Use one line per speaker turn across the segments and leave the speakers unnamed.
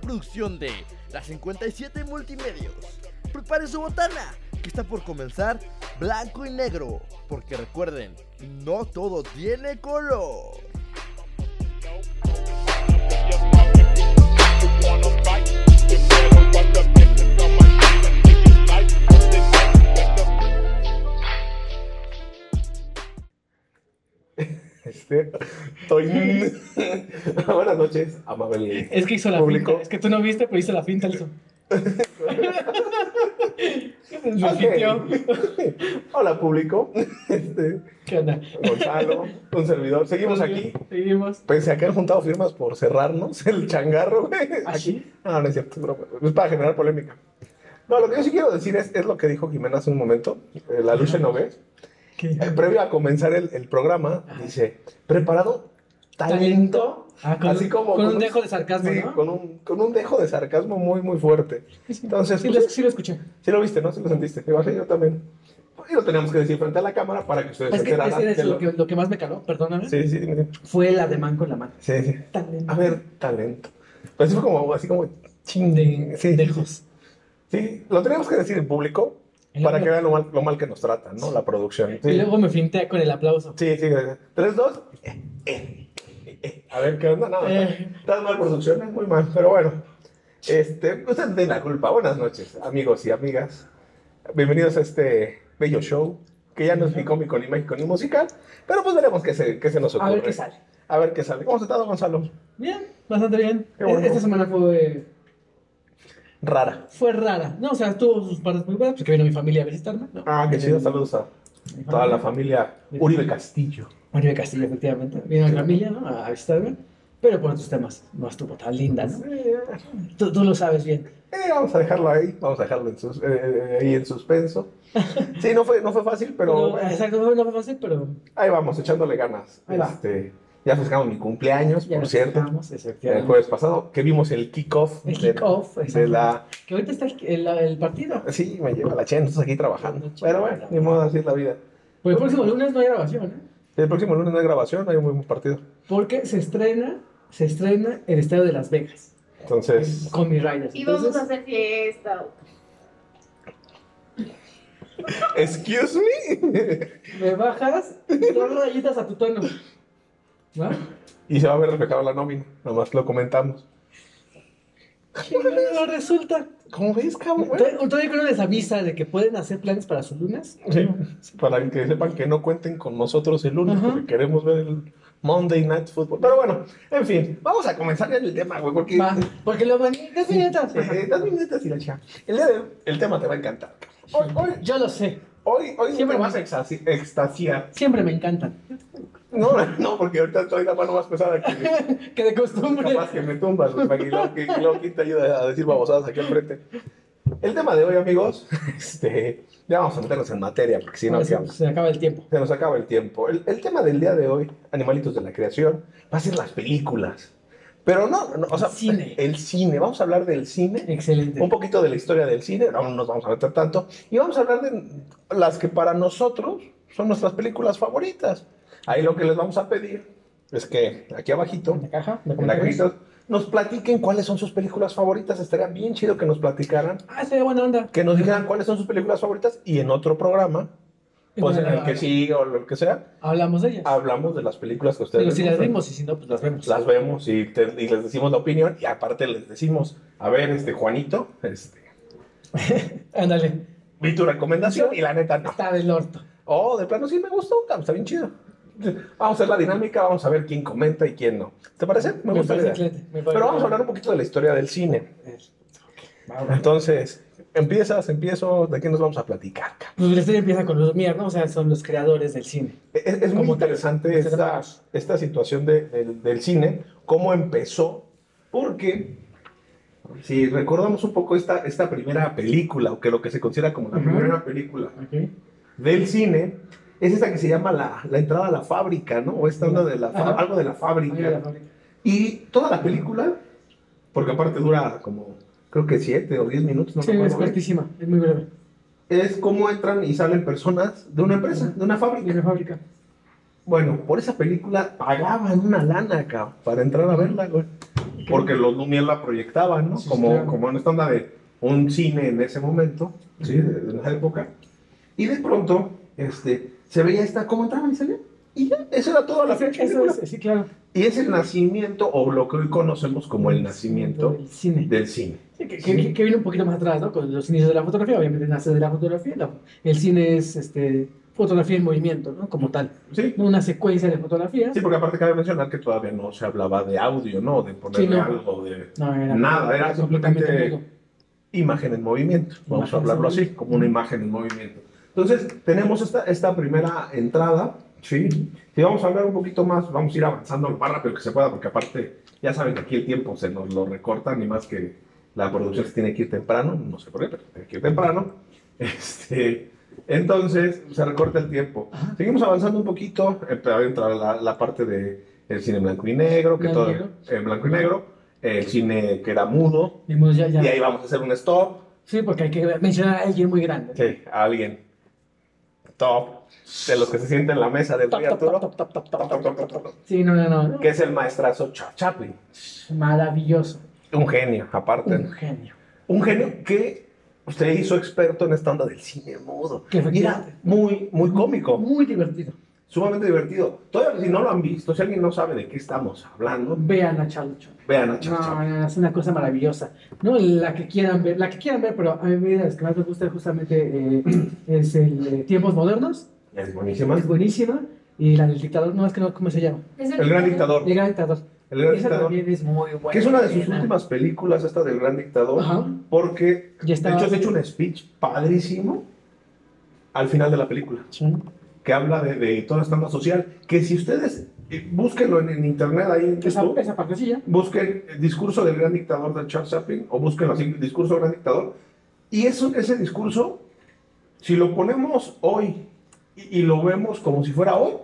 producción de La 57 Multimedios. Prepare su botana, que está por comenzar blanco y negro, porque recuerden, no todo tiene color.
Este, estoy... Buenas noches, amable.
Es que hizo la
Público.
finta. Es que tú no viste, pero hizo la finta. Hizo. Lo
Ok.
fintió.
Hola, público. Este,
¿Qué onda?
Gonzalo, un servidor. Seguimos aquí.
Seguimos.
Pensé a que han juntado firmas por cerrarnos el changarro, güey.
¿Así?
No, no es cierto, es broma. Es para generar polémica. No, lo que yo sí quiero decir es, es lo que dijo Jimena hace un momento, eh, la lucha no ve.
¿Qué?
Eh, previo a comenzar el, el programa,
Ajá.
dice, preparado, talento,
Ah, con,
así como...
con un
un-
dejo de sarcasmo,
sí,
¿no?
con un, con un dejo de sarcasmo muy, muy fuerte. Entonces,
sí, lo,
pues,
sí lo escuché.
Sí lo viste, ¿no? Sí lo sentiste. Igual que yo también. Y lo teníamos que decir frente a la cámara para Pues que ustedes
Es que
enteraran
ese es
de
lo que, lo que más me caló, perdóname.
Sí, sí, dime, dime.
Fue el ademán con la mano.
sí, sí.
Talento.
A ver, talento. Pues fue como, así como...
Ching de,
Sí.
del host.
Sí, lo teníamos que decir en público
Y
para
luego-
que vean lo mal, lo mal que nos tratan, ¿no? La producción.
Y
Sí,
luego me fintea con el aplauso.
sí, sí. gracias. Tres, dos. Eh, eh, eh, eh. A ver, ¿qué onda? No,
Eh.
estás mal producción, es muy mal. Pero bueno, este, ustedes tienen la culpa. Buenas noches, amigos y amigas. Bienvenidos a este bello show, que ya no es ni cómico, ni mágico, ni musical. Pero pues veremos qué se, qué se nos
A
ocurre.
ver qué sale.
A ver qué sale. ¿Cómo has estado, Gonzalo?
Bien, bastante bien.
Qué bueno.
Esta semana fue,
Rara.
fue rara. No, o sea, tuvo sus partes muy buenas, porque vino mi familia a visitarme. ¿no?
Ah, qué chido. Saludos a
Mi
toda la
familia.
familia Uribe Castillo.
Mario de Castillo, efectivamente. Vino mi familia ¿no? a visitarme, pero por otros temas. No estuvo tan linda, ¿no?
Eh,
Tú, tú lo sabes bien.
Eh, vamos a dejarlo ahí, vamos a dejarlo en sus- eh, eh, ahí en suspenso. Sí, no fue, no fue fácil, pero
No,
eh,
exacto, no, no fue fácil, pero
ahí vamos, echándole ganas.
Ahí va.
Este, ya festejamos mi cumpleaños,
ya
por
nos
cierto,
quedamos,
el
efectivamente.
jueves pasado, que vimos el kickoff
El
de,
kick-off,
de la...
Que ahorita está el, el- el partido.
Sí, me lleva la chen, nosotros aquí trabajando.
La chen.
Pero bueno, ni modo, así es la vida.
Pues el próximo lunes no hay grabación, ¿eh?
El próximo lunes no hay grabación, hay un buen partido.
Porque se estrena, se estrena el estadio de Las Vegas
Entonces,
con mis Raiders.
Y vamos a
Entonces,
hacer fiesta.
excuse me.
me bajas dos rayitas a tu tono. ¿No?
y se va a ver reflejado la nómina, nomás lo comentamos.
No resulta.
¿Cómo ves, cabrón?
Tod- Todavía creo que les avisa de que pueden hacer planes para su lunes.
Sí, para que sepan que no cuenten con nosotros el lunes,
Ajá.
porque queremos ver el Monday Night Football. Pero bueno, en fin, vamos a comenzar ya el tema, güey, porque
Va, porque lo maní. ¿Qué puñetas?
eh, das minutos y la chica. El día de hoy, el tema te va a encantar. Hoy, hoy,
Yo lo sé.
hoy, hoy no te
Siempre me-
vas a extasi- extasiar.
Siempre me encantan.
No, no, porque ahorita trae la mano más pesada que
Que de costumbre.
capaz que me tumbas, güey, para que luego- que luego quien te ayuda a decir babosadas aquí al frente. El tema de hoy, amigos, este, ya vamos a meternos en materia, porque si no,
Ahora
¿qué
sí,
vamos?
se acaba el tiempo.
Se nos acaba el tiempo. El, el tema del día de hoy, Animalitos de la Creación, va a ser las películas. Pero no, no, o sea,
Cine.
el cine. Vamos a hablar del cine,
Excelente.
un poquito de la historia del cine, no nos vamos a meter tanto. Y vamos a hablar de las que para nosotros son nuestras películas favoritas. Ahí lo que les vamos a pedir es que aquí abajito,
En la caja. de
en la
comentarios.
cajita, nos platiquen cuáles son sus películas favoritas. Estaría bien chido que nos platicaran,
Ah, estaría buena onda.
que nos dijeran cuáles son sus películas favoritas y en otro programa, pues en el que sí Ah, o lo que sea,
Hablamos de ellas.
hablamos de las películas que ustedes
Digo, si las
gustan.
vimos y si no, pues las vemos.
Las vemos y, te- y les decimos la opinión y aparte les decimos, a ver, este Juanito, este,
Ándale.
vi tu recomendación y la neta no.
Está del orto.
Oh, de plano sí me gustó, cabrón, está bien chido. Vamos a hacer la dinámica, vamos a ver quién comenta y quién no. ¿Te parece? Me gusta la
parece
idea.
excelente, me parece
Pero vamos a hablar
excelente.
un poquito de la historia del cine.
Vamos.
Entonces, empiezas, empiezo, ¿de qué nos vamos a platicar? cabrón?
Pues la historia empieza con los Mier, ¿no? O sea, son los creadores del cine.
Es, es muy
Como
interesante
tal.
esta, esta situación de- del- del cine, cómo empezó, porque si recordamos un poco esta, esta primera película, o que lo que se considera como la
Ujú.
primera película del cine, es esta que se llama la, la entrada a la fábrica, ¿no? O esta onda de la fa-
Ajá.
algo de la fábrica. Y toda la película, porque aparte dura como, creo que 7 o 10 minutos, no
sí, es
recuerdo bien,
cortísima, es muy breve.
es cómo entran y salen personas de una empresa, de una fábrica.
Y la fábrica.
Bueno, por esa película pagaban una lana, cabrón, para entrar a verla, güey. porque los Lumière la proyectaban, ¿no?
Sí, sí,
como,
claro.
como en esta onda de un cine en ese momento, ¿sí? De, de esa época. Y de pronto, este, se veía esta, ¿cómo entraba y salía? Y ya, eso era toda la
Sí,
fecha.
eso es, sí, claro.
Y es el nacimiento, o lo que hoy conocemos como el nacimiento
del cine.
del cine.
Sí, que, que-
Sí.
que viene un poquito más atrás, ¿no? Con los inicios de la fotografía, obviamente nace de la fotografía. la- el cine es este, fotografía en movimiento, ¿no? Como tal.
¿Sí?
No una secuencia de fotografías.
Sí, porque aparte cabe mencionar que todavía no se hablaba de audio, ¿no? De ponerle
Sí, no.
algo, de
No, era
Nada, era
completamente
simplemente- imagen en movimiento. Vamos
Imagen
a
en
hablarlo así,
movimiento.
como una imagen en movimiento. Entonces, tenemos esta, esta primera entrada, ¿sí? Si vamos a hablar un poquito más, vamos a ir avanzando lo más rápido que se pueda, porque aparte, ya saben que aquí el tiempo se nos lo recorta, ni más que la producción se tiene que ir temprano, no sé por qué, pero tiene que ir temprano. Este, entonces, se recorta el tiempo.
Ajá.
Seguimos avanzando un poquito, eh, pero entra la, la parte de el cine en blanco y negro, que
Blanco y
todo
negro.
en blanco y negro, el cine que era mudo,
Digamos, pues ya, ya.
y ahí vamos a hacer un stop.
Sí, porque hay que mencionar a alguien muy grande.
Sí, alguien top de los que se sienten en la mesa del
Top,
rey
top,
Arturo,
top, top, top, top,
Top,
top,
top,
top,
top,
top. Sí, no, no, no.
que es el maestrazo Charles Chaplin.
Maravilloso.
Un genio, aparte.
Un genio.
Un genio que se hizo experto en esta onda del cine mudo.
Que
Y era
efectivamente.
muy, muy cómico,
Muy divertido.
sumamente divertido. Todavía si no lo han visto, si alguien no sabe de qué estamos hablando,
Vean a Charlie Chaplin.
vean a Charles
No,
Chaplin.
no, es una cosa maravillosa. No, la que quieran ver, la que quieran ver, pero a mí mira, las que más me gusta justamente eh, es el eh, Tiempos Modernos.
Es buenísima.
Es buenísima. Y la del dictador, no es que no, ¿cómo se llama?
El gran dictador.
El gran dictador.
El gran
Esa
dictador.
también es muy buena.
Que es una de sus últimas películas, esta del gran dictador.
Ajá.
Porque
Ya estaba-
de hecho se ha hecho un speech padrísimo al final de la película,
Sí.
que habla de, de toda esta onda social, que si ustedes eh, búsquenlo en, en internet ahí en
Esa,
YouTube,
esa partecilla.
busquen el discurso del gran dictador de Charles Chaplin o busquen así discurso del gran dictador y eso ese discurso si lo ponemos hoy y, y lo vemos como si fuera hoy,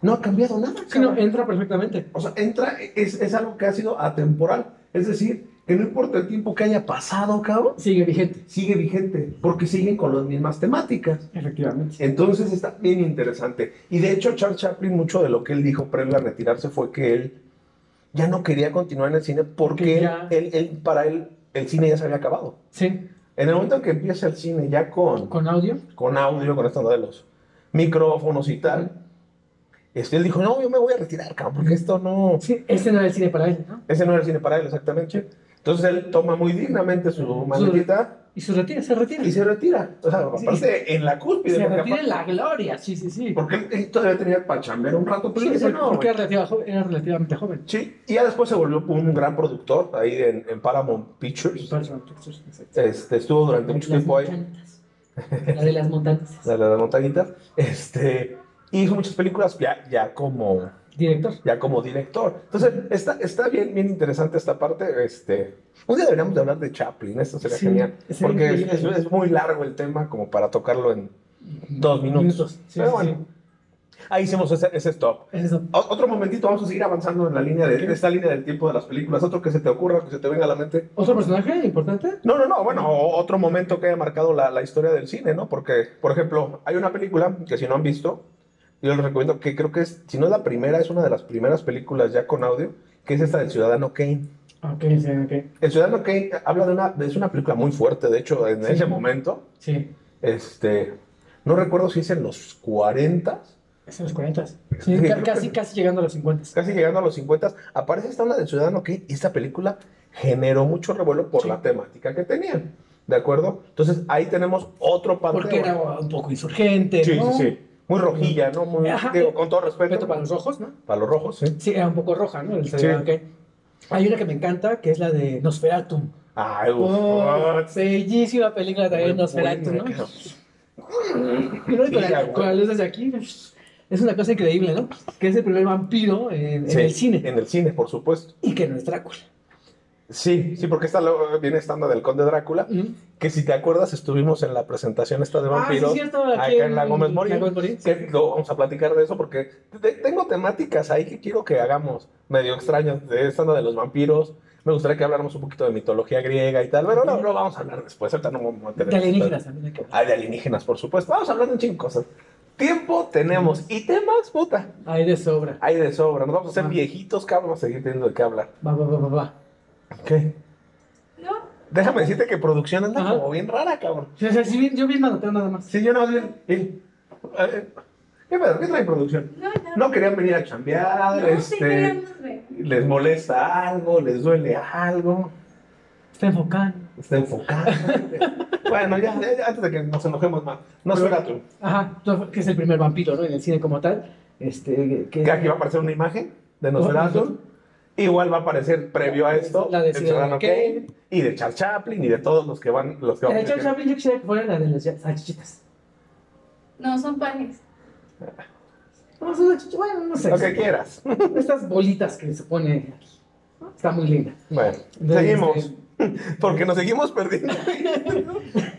no ha cambiado nada.
Sí, no,
cabrón.
entra perfectamente.
O sea, entra, es, es algo que ha sido atemporal. Es decir, que no importa el tiempo que haya pasado, cabrón,
Sigue vigente.
sigue vigente, porque siguen con las mismas temáticas.
Efectivamente.
Entonces está bien interesante. Y de hecho, Charles Chaplin, mucho de lo que él dijo previo a retirarse fue que él ya no quería continuar en el cine porque
Que ya-
él, él- para él el cine ya se había acabado.
Sí,
En el momento en que empieza el cine ya con,
con audio.
con audio, con esta onda de los micrófonos y tal, este, él dijo, no, yo me voy a retirar, cabrón, porque esto no...
Sí, ese este no era el cine para él, ¿no?
Ese no era el cine para él, exactamente. Entonces él toma muy dignamente su maletita
Y se retira, se retira.
y se retira. O sea,
Sí.
aparte en la cúspide.
Se
porque
retira en
aparte-
la gloria. Sí, sí, sí.
Porque él- él todavía tenía para chambear un rato, pero
Sí,
él dice,
porque,
no,
porque
güey.
era, relativa- jo- era relativamente joven.
Sí, y ya después se volvió un gran productor ahí en, en Paramount Pictures. Este, estuvo durante mucho
Las
tiempo ahí,
montañas. La de las montañas.
la de la montañita. Este, hizo muchas películas ya, ya como
Director.
ya como director. Entonces, está, está bien, bien interesante esta parte. Este, un día deberíamos de hablar de Chaplin, esto sería
Sí,
genial.
sería
Porque es,
increíble.
es- es muy largo el tema como para tocarlo en dos minutos.
Sí,
Pero
sí,
bueno, ahí hicimos ese, ese stop.
sí. Es eso.
O- otro momentito, vamos a seguir avanzando en la línea de, en esta línea del tiempo de las películas. Otro que se te ocurra, que se te venga a la mente.
¿Otro personaje importante?
No, no, no, bueno, o- otro momento que haya marcado la, la historia del cine, ¿no? Porque, por ejemplo, hay una película que si no han visto, yo les recomiendo que creo que es, si no es la primera, es una de las primeras películas ya con audio, que es esta del Ciudadano Kane.
Ah, Ok, sí, ok.
El Ciudadano Kane habla de una, de- es una película muy fuerte, de hecho, en
Sí.
ese momento,
Sí.
este, no recuerdo si es en los 40,
Es en los 40. Sí,
Sí,
ca-
creo
casi,
que-
casi llegando a los 50.
casi llegando a los 50, aparece esta onda del Ciudadano Kane y esta película generó mucho revuelo por
Sí.
la temática que tenían. ¿De acuerdo? Entonces ahí tenemos otro parte.
Porque era un poco insurgente,
Sí,
¿no?
sí, sí. Muy rojilla, ¿no? Muy,
Ajá.
digo, con todo
Respeto
respeto.
para los ojos, ¿no?
Para los rojos, sí.
Sí, era un poco roja, ¿no? El cerebro,
Sí.
ok. Hay una que me encanta, que es la de Nosferatum.
Ay, uf,
Oh,
what?
bellísima película también,
Muy
Nosferatu, ¿no?
buena, cabrón.
Y luego con,
Sí,
la,
güey.
con las luces de aquí, es una cosa increíble, ¿no? Que es el primer vampiro en, en
Sí,
el cine
En el cine, por supuesto.
y que no es Drácula.
Sí, sí, porque esta luego viene esta onda del Conde Drácula,
Ujú.
que si te acuerdas estuvimos en la presentación esta de
¿Mm? Ah, sí,
vampiros,
es cierto, aquí
acá en la Gómez
La
Morín,
Gómez Morín.
que lo vamos a platicar de eso porque te- tengo temáticas ahí que quiero que hagamos medio extrañas de esta onda de los vampiros. Me gustaría que habláramos un poquito de mitología griega y tal, pero no, no vamos a hablar después. Ahorita no vamos a tener-
De alienígenas también hay que hablar.
Hay de alienígenas, por supuesto. Vamos a hablar de un chingo de cosas. Tiempo tenemos y temas, puta.
Ahí de sobra.
Hay de sobra. Nos vamos a hacer
Ah.
viejitos, cabrón. Vamos a seguir teniendo de qué hablar.
Va, va, va, va, va.
¿Qué?
¿No?
Déjame decirte que producción anda
Ajá.
como bien rara, cabrón.
O sea, si bien- yo bien manoteo nada más.
Sí, yo no, bien. eh, a ver, ¿Qué pedo? ¿Qué trae producción?
No, no.
No querían venir a chambear,
No, sí
este.
queríamos ver.
les molesta algo, les duele algo,
Está enfocando.
está enfocado. bueno, ya, ya, ya, antes de que nos enojemos más. No será tú.
Ajá, tú- que es el primer vampiro, ¿no? En el cine como tal. Este, que...
Que aquí va a aparecer una imagen de Nosferatu. Igual va a aparecer previo a esto
La de
Ciudadano
Ciudadano
Kane y de Charles Chaplin y de todos los que van los que van
La
a
de
aparecer.
Charles Chaplin Eh, yo quisiera que fuera la de las ya- salchichitas.
No, son panes.
No, son salchichas, bueno, no sé.
Lo que quieras.
Estas bolitas que se pone aquí. Está muy linda.
Bueno,
Entonces,
seguimos.
este,
Porque nos seguimos perdiendo.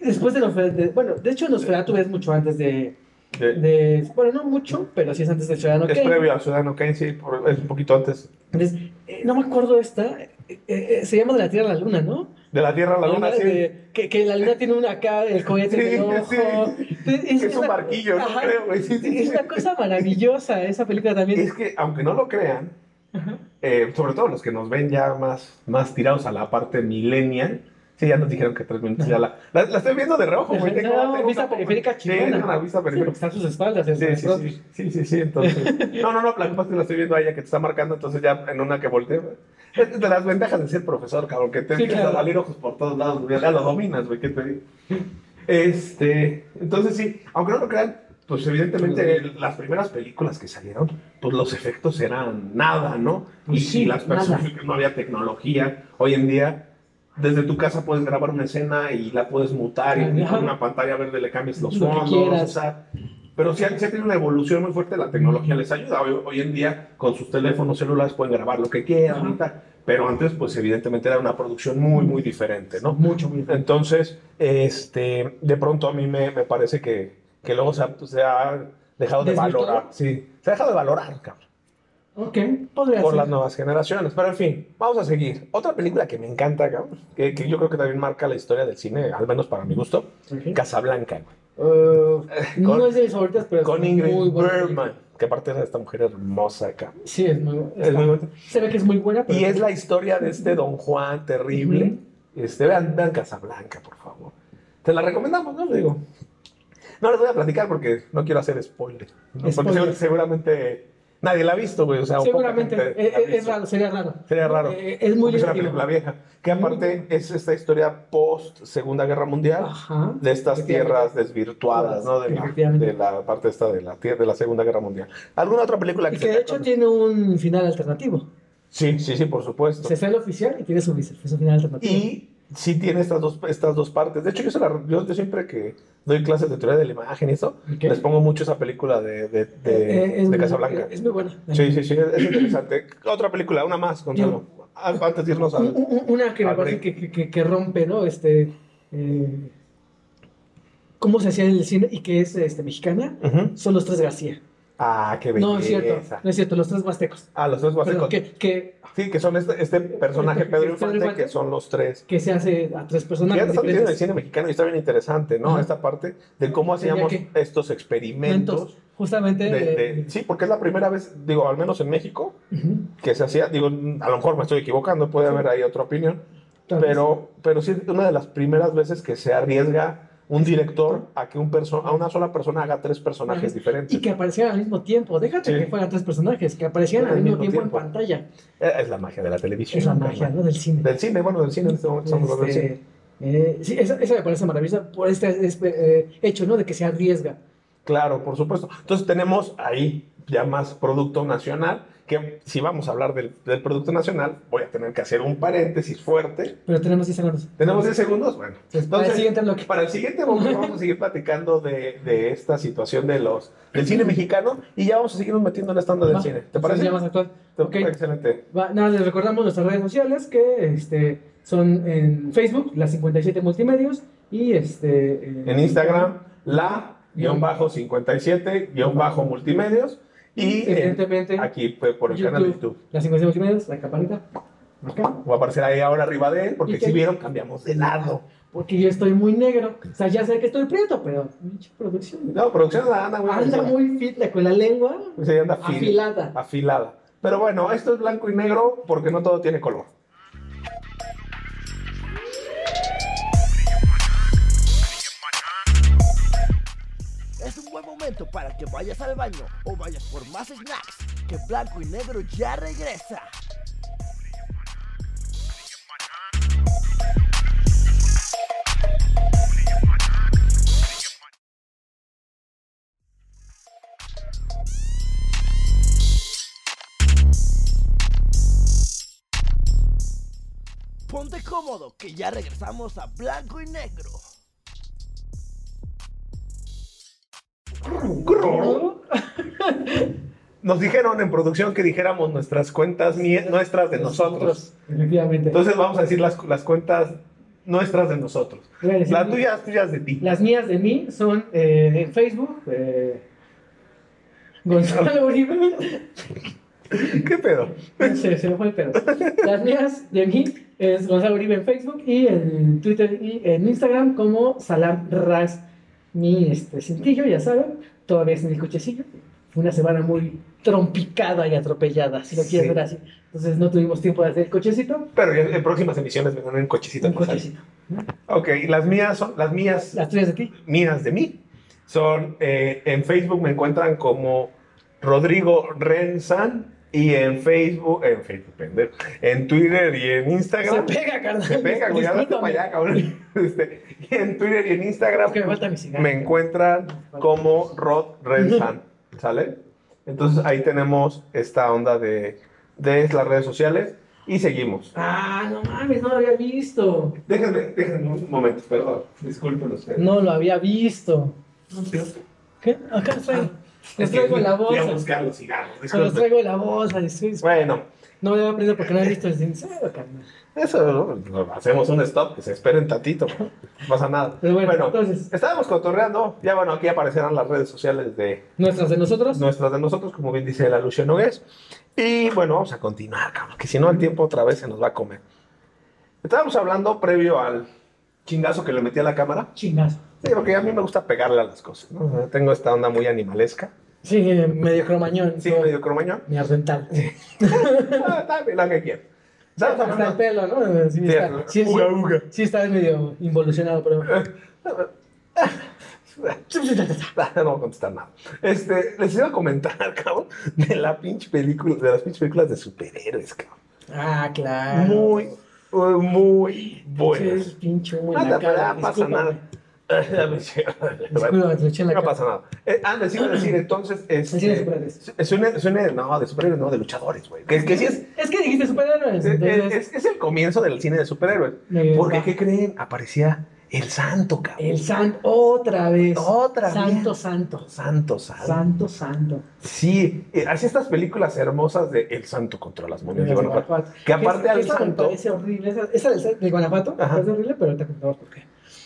después de los... de- bueno, de hecho, los Feratu es mucho antes de, de- Bueno, no mucho, pero sí es antes del Ciudadano
Es
Kane.
previo a Ciudadano Kane, sí, por- es un poquito antes.
Entonces, eh, no me acuerdo esta. eh, eh, eh, se llama De la Tierra a la Luna, ¿no?
De la Tierra a la Luna,
Una
sí.
de- que, que la luna tiene una acá, el cohete en el
Sí,
ojo.
sí.
Entonces,
Que es un
una-
barquillo, no
ajá,
creo, güey. Sí, sí,
Es
sí.
una cosa maravillosa esa película también.
Es que, aunque no lo crean,
Ajá.
eh, sobre todo los que nos ven ya más, más tirados a la parte millennial, sí, ya nos dijeron que tres minutos ya la, la, la estoy viendo de rojo, güey. tengo-
No,
tengo
vista
una-
periférica
Sí,
chingona.
tengo una vista
Sí, porque
periférica.
está a sus espaldas. el
Sí, sí,
rostro.
sí, sí, sí, sí, entonces. No, no, no, la culpa es que la estoy viendo a ella que te está marcando, entonces ya en una que volteé. güey. Es de las ventajas de ser profesor, cabrón, que te
Sí,
empiezan
claro.
a salir ojos por todos lados, güey, ya lo dominas, güey, ¿qué te digo? Este, entonces sí, aunque no lo crean, pues evidentemente las primeras películas que salieron, pues los efectos eran nada, ¿no?
Pues
y,
sí,
y las personas, no había tecnología, hoy en día... Desde tu casa puedes grabar una escena y la puedes mutar y
Ajá.
con una pantalla verde le cambias los
Lo que
fondos,
quieras.
o sea, pero sí, han- sí ha tenido una evolución muy fuerte, la tecnología les ayuda. Hoy, hoy en día, con sus teléfonos celulares pueden grabar lo que quieran y
Ajá.
tal. Pero antes, pues evidentemente era una producción muy, muy diferente, ¿no?
Mucho, muy bien.
Entonces, este, de pronto a mí me, me parece que, que luego se ha, pues, se ha dejado de
¿Desvirtuado?
valorar. Sí, se ha dejado de valorar, cabrón,
Ok, podría
por
ser.
las nuevas generaciones. Pero en fin, vamos a seguir. Otra película que me encanta, cabrón, que, que yo creo que también marca la historia del cine, al menos para mi gusto,
Ok.
Casablanca, güey.
Uh,
Con-
no es de mis favoritas, pero
con
es
Ingrid
muy buena
Bergman,
película.
que aparte era esta mujer hermosa, cabrón.
Sí, es muy buena.
Es muy bonito.
Se ve que es muy buena, pero
Y es la historia de este Don Juan terrible. Este, vean, vean Casablanca, por favor. Te la recomendamos, ¿no? Digo. No les voy a platicar porque no quiero hacer spoiler. ¿no? Porque
Spoiler.
seguro- seguramente nadie la ha visto, güey. O sea, o poca
seguramente
gente
eh,
la ha
eh, es
visto.
raro, sería raro.
Sería raro.
Eh, es muy
Porque es una
divertido.
película vieja. Que aparte es esta historia post Segunda Guerra Mundial
Ajá.
de estas
Ah, Efectivamente.
tierras desvirtuadas, ¿no? De la,
Efectivamente.
de la parte esta de la, tier- de la Segunda Guerra Mundial. ¿Alguna otra película que
Y que
se
de
te
hecho
acuerde?
tiene un final alternativo.
Sí, sí, sí, por supuesto.
Se hace el oficial y tiene su, su final alternativo.
Y sí tiene estas dos, estas dos partes. De hecho, yo, se la- yo- yo siempre que doy clases de teoría de la imagen y eso,
Ok.
les pongo mucho esa película de, de, de,
Eh, eh, es
de
muy-
Casablanca.
eh, Es muy buena.
sí, sí, sí, es, es interesante. Otra película, una más, Gonzalo. Al- Antes de irnos
Un-
al...
un- Una que me
al
parece
break.
que, que- que- que rompe, ¿no? Este, eh, cómo se hacía en el cine y que es este, mexicana,
Ujú.
son los tres García.
Ah, qué belleza.
No, es cierto, no es cierto, los tres Huastecos.
Ah, los tres
Perdón,
guasecos.
que, que,
Sí, que son este, este personaje Pedro
Pedro
Infante,
Infante.
que son los tres.
que se hace a tres
Ya
personajes
está en el
diferentes.
cine mexicano y está bien interesante, ¿no?
Ajá.
Esta parte de cómo
Tenía
hacíamos
que-
estos experimentos.
Entonces, justamente.
de-
eh,
de- sí, porque es la primera vez, digo, al menos en México,
ujú,
que se hacía, digo, a lo mejor me estoy equivocando, puede haber ahí otra opinión,
tal vez.
pero, pero sí es una de las primeras veces que se arriesga un director a que un perso- a una sola persona haga tres personajes diferentes.
Y que aparecieran al mismo tiempo. Déjate
Sí.
que fueran tres personajes, que aparecieran al mismo tiempo, en pantalla.
Eh, Es la magia de la televisión.
Es la
¿no?
magia, ¿no? Del cine.
Del cine, bueno, del cine en este momento estamos hablando del cine.
Este, eh, sí, esa, esa me parece maravillosa por este, este, eh, hecho, ¿no? De que se arriesga.
Claro, por supuesto. Entonces tenemos ahí ya más producto nacional, que si vamos a hablar del, del producto nacional, voy a tener que hacer un paréntesis fuerte.
Pero tenemos 10 segundos.
Tenemos 10 segundos, bueno.
Entonces, para el
entonces-
siguiente bloque.
Para el siguiente bloque vamos a seguir platicando de, de esta situación de los, del cine mexicano y ya vamos a seguirnos metiendo en la estándar del
Va,
cine. ¿Te
entonces
parece?
Ya más actual.
Te-
ok.
Excelente.
Va, nada, les recordamos nuestras redes sociales que este, son en Facebook, las 57 multimedios, y este,
En Instagram, la guión bajo 57 guión bajo multimedios y en-
evidentemente,
aquí pues, por el canal de YouTube.
las 57 multimedios, la campanita. acá,
Va a aparecer ahí ahora arriba de él porque
¿Y qué?
si vieron cambiamos de lado.
Porque yo estoy muy negro. O sea, ya sé que estoy prieto, pero pinche producción.
No, producción anda muy
Anda muy fitna con la lengua
Sí, Pues anda fil-
afilada.
afilada. Pero bueno, esto es blanco y negro porque no todo tiene color.
momento para que vayas al baño o vayas por más snacks, que Blanco y Negro ya regresa. Ponte cómodo, que ya regresamos a Blanco y Negro.
Nos dijeron en producción que dijéramos nuestras cuentas, ni- nuestras de nosotros.
Efectivamente.
Entonces vamos a decir las, las cuentas nuestras de nosotros.
Voy a decir-
Las tuyas, tuyas de ti.
Las mías de mí son eh, en Facebook. eh, Gonzalo Uribe.
¿Qué pedo?
Se, se me fue el pedo. Las mías de mí es Gonzalo Uribe en Facebook y en Twitter y en Instagram como Salam Ras. Mi este, cintillo, ya saben, todavía es en el cochecillo. Fue una semana muy trompicada y atropellada, si lo quieres
Sí.
ver así. Entonces no tuvimos tiempo de hacer el cochecito.
Pero en, en próximas emisiones vendrán en cochecito.
Un
más alto.
cochecito.
Ok, las mías son las mías,
Las tuyas de ti.
mías de mí. Son eh, en Facebook me encuentran como Rodrigo Rensan y en Facebook, en Facebook, pendejo, en Twitter y en
Se
Instagram.
pega, carnal.
Se pega, güey, ándate
Discúlpame.
para allá, cabrón. Este, y en Twitter y en Instagram
Es que me falta mi cigarro.
me encuentran como Rod Rensan, ¿sale? Entonces ahí tenemos esta onda de, de las redes sociales y seguimos.
Ah, no mames, no lo había visto.
Déjenme, déjenme un momento, perdón, disculpen ustedes.
No lo había visto. ¿Qué? Acá
Ah,
les traigo. Les traigo la
Voy a
bolsa.
buscar los cigarros,
Ah, Les
disculpen.
traigo la bolsa. les estoy-
Bueno,
No me había aprendido porque no había visto el sincero, carnal.
eso ¿no? hacemos un stop, que se esperen tantito, no pasa nada.
Pero bueno,
Bueno,
entonces,
estábamos cotorreando, ya bueno, aquí aparecerán las redes sociales de
nuestras de nosotros.
nuestras de nosotros, como bien dice la Lucia Nogués. Y bueno, vamos a continuar, cabrón, que si no el tiempo otra vez se nos va a comer. Estábamos hablando previo al chingazo que le metí a la cámara.
Chingazo.
Sí, porque a mí me gusta pegarle a las cosas, ¿no? O sea, Tengo esta onda muy animalesca.
Sí, eh, medio cromañón.
Sí,
todo.
medio cromañón.
Mi ardental.
Ah, está bien, la que quiera. Estábamos
Hasta el
hablando-
pelo, ¿no? Sí,
Sí,
está, sí, sí,
uga, uga.
sí está medio involucionado, pero...
Ah, No voy a contestar nada. Este, les iba a comentar, cabrón, de la pinche película, de las pinches películas de superhéroes, cabrón.
Ah, claro.
Muy, muy, muy
Sí,
buenas.
pinche humo en
Anda,
la
pero
cara.
ya pasa
discúlpame.
nada. Ya me llega.
Discúlpame, te lo eché en la
No
cara.
pasa nada. Eh, ah, les iba a decir entonces.
El cine de
Este,
superhéroes.
suene, suene, no, de superhéroes, no, de luchadores, güey. Que, que sí es,
Es que dijiste superhéroes.
es,
entonces,
es- es el comienzo del cine de superhéroes.
me-
Porque,
Eh, va.
¿qué creen? Aparecía el santo, cabrón.
El San otra vez.
Otra
santo,
vez.
santo.
Santo, santo.
Santo, santo.
Sí, eh, así estas películas hermosas de El Santo contra las momias de Guanajuato. Que aparte
Esa-
al
esa me
santo,
parece horrible. Esa, esa del san- de Guanajuato me
Ajá.
parece horrible, pero ahorita contamos por qué.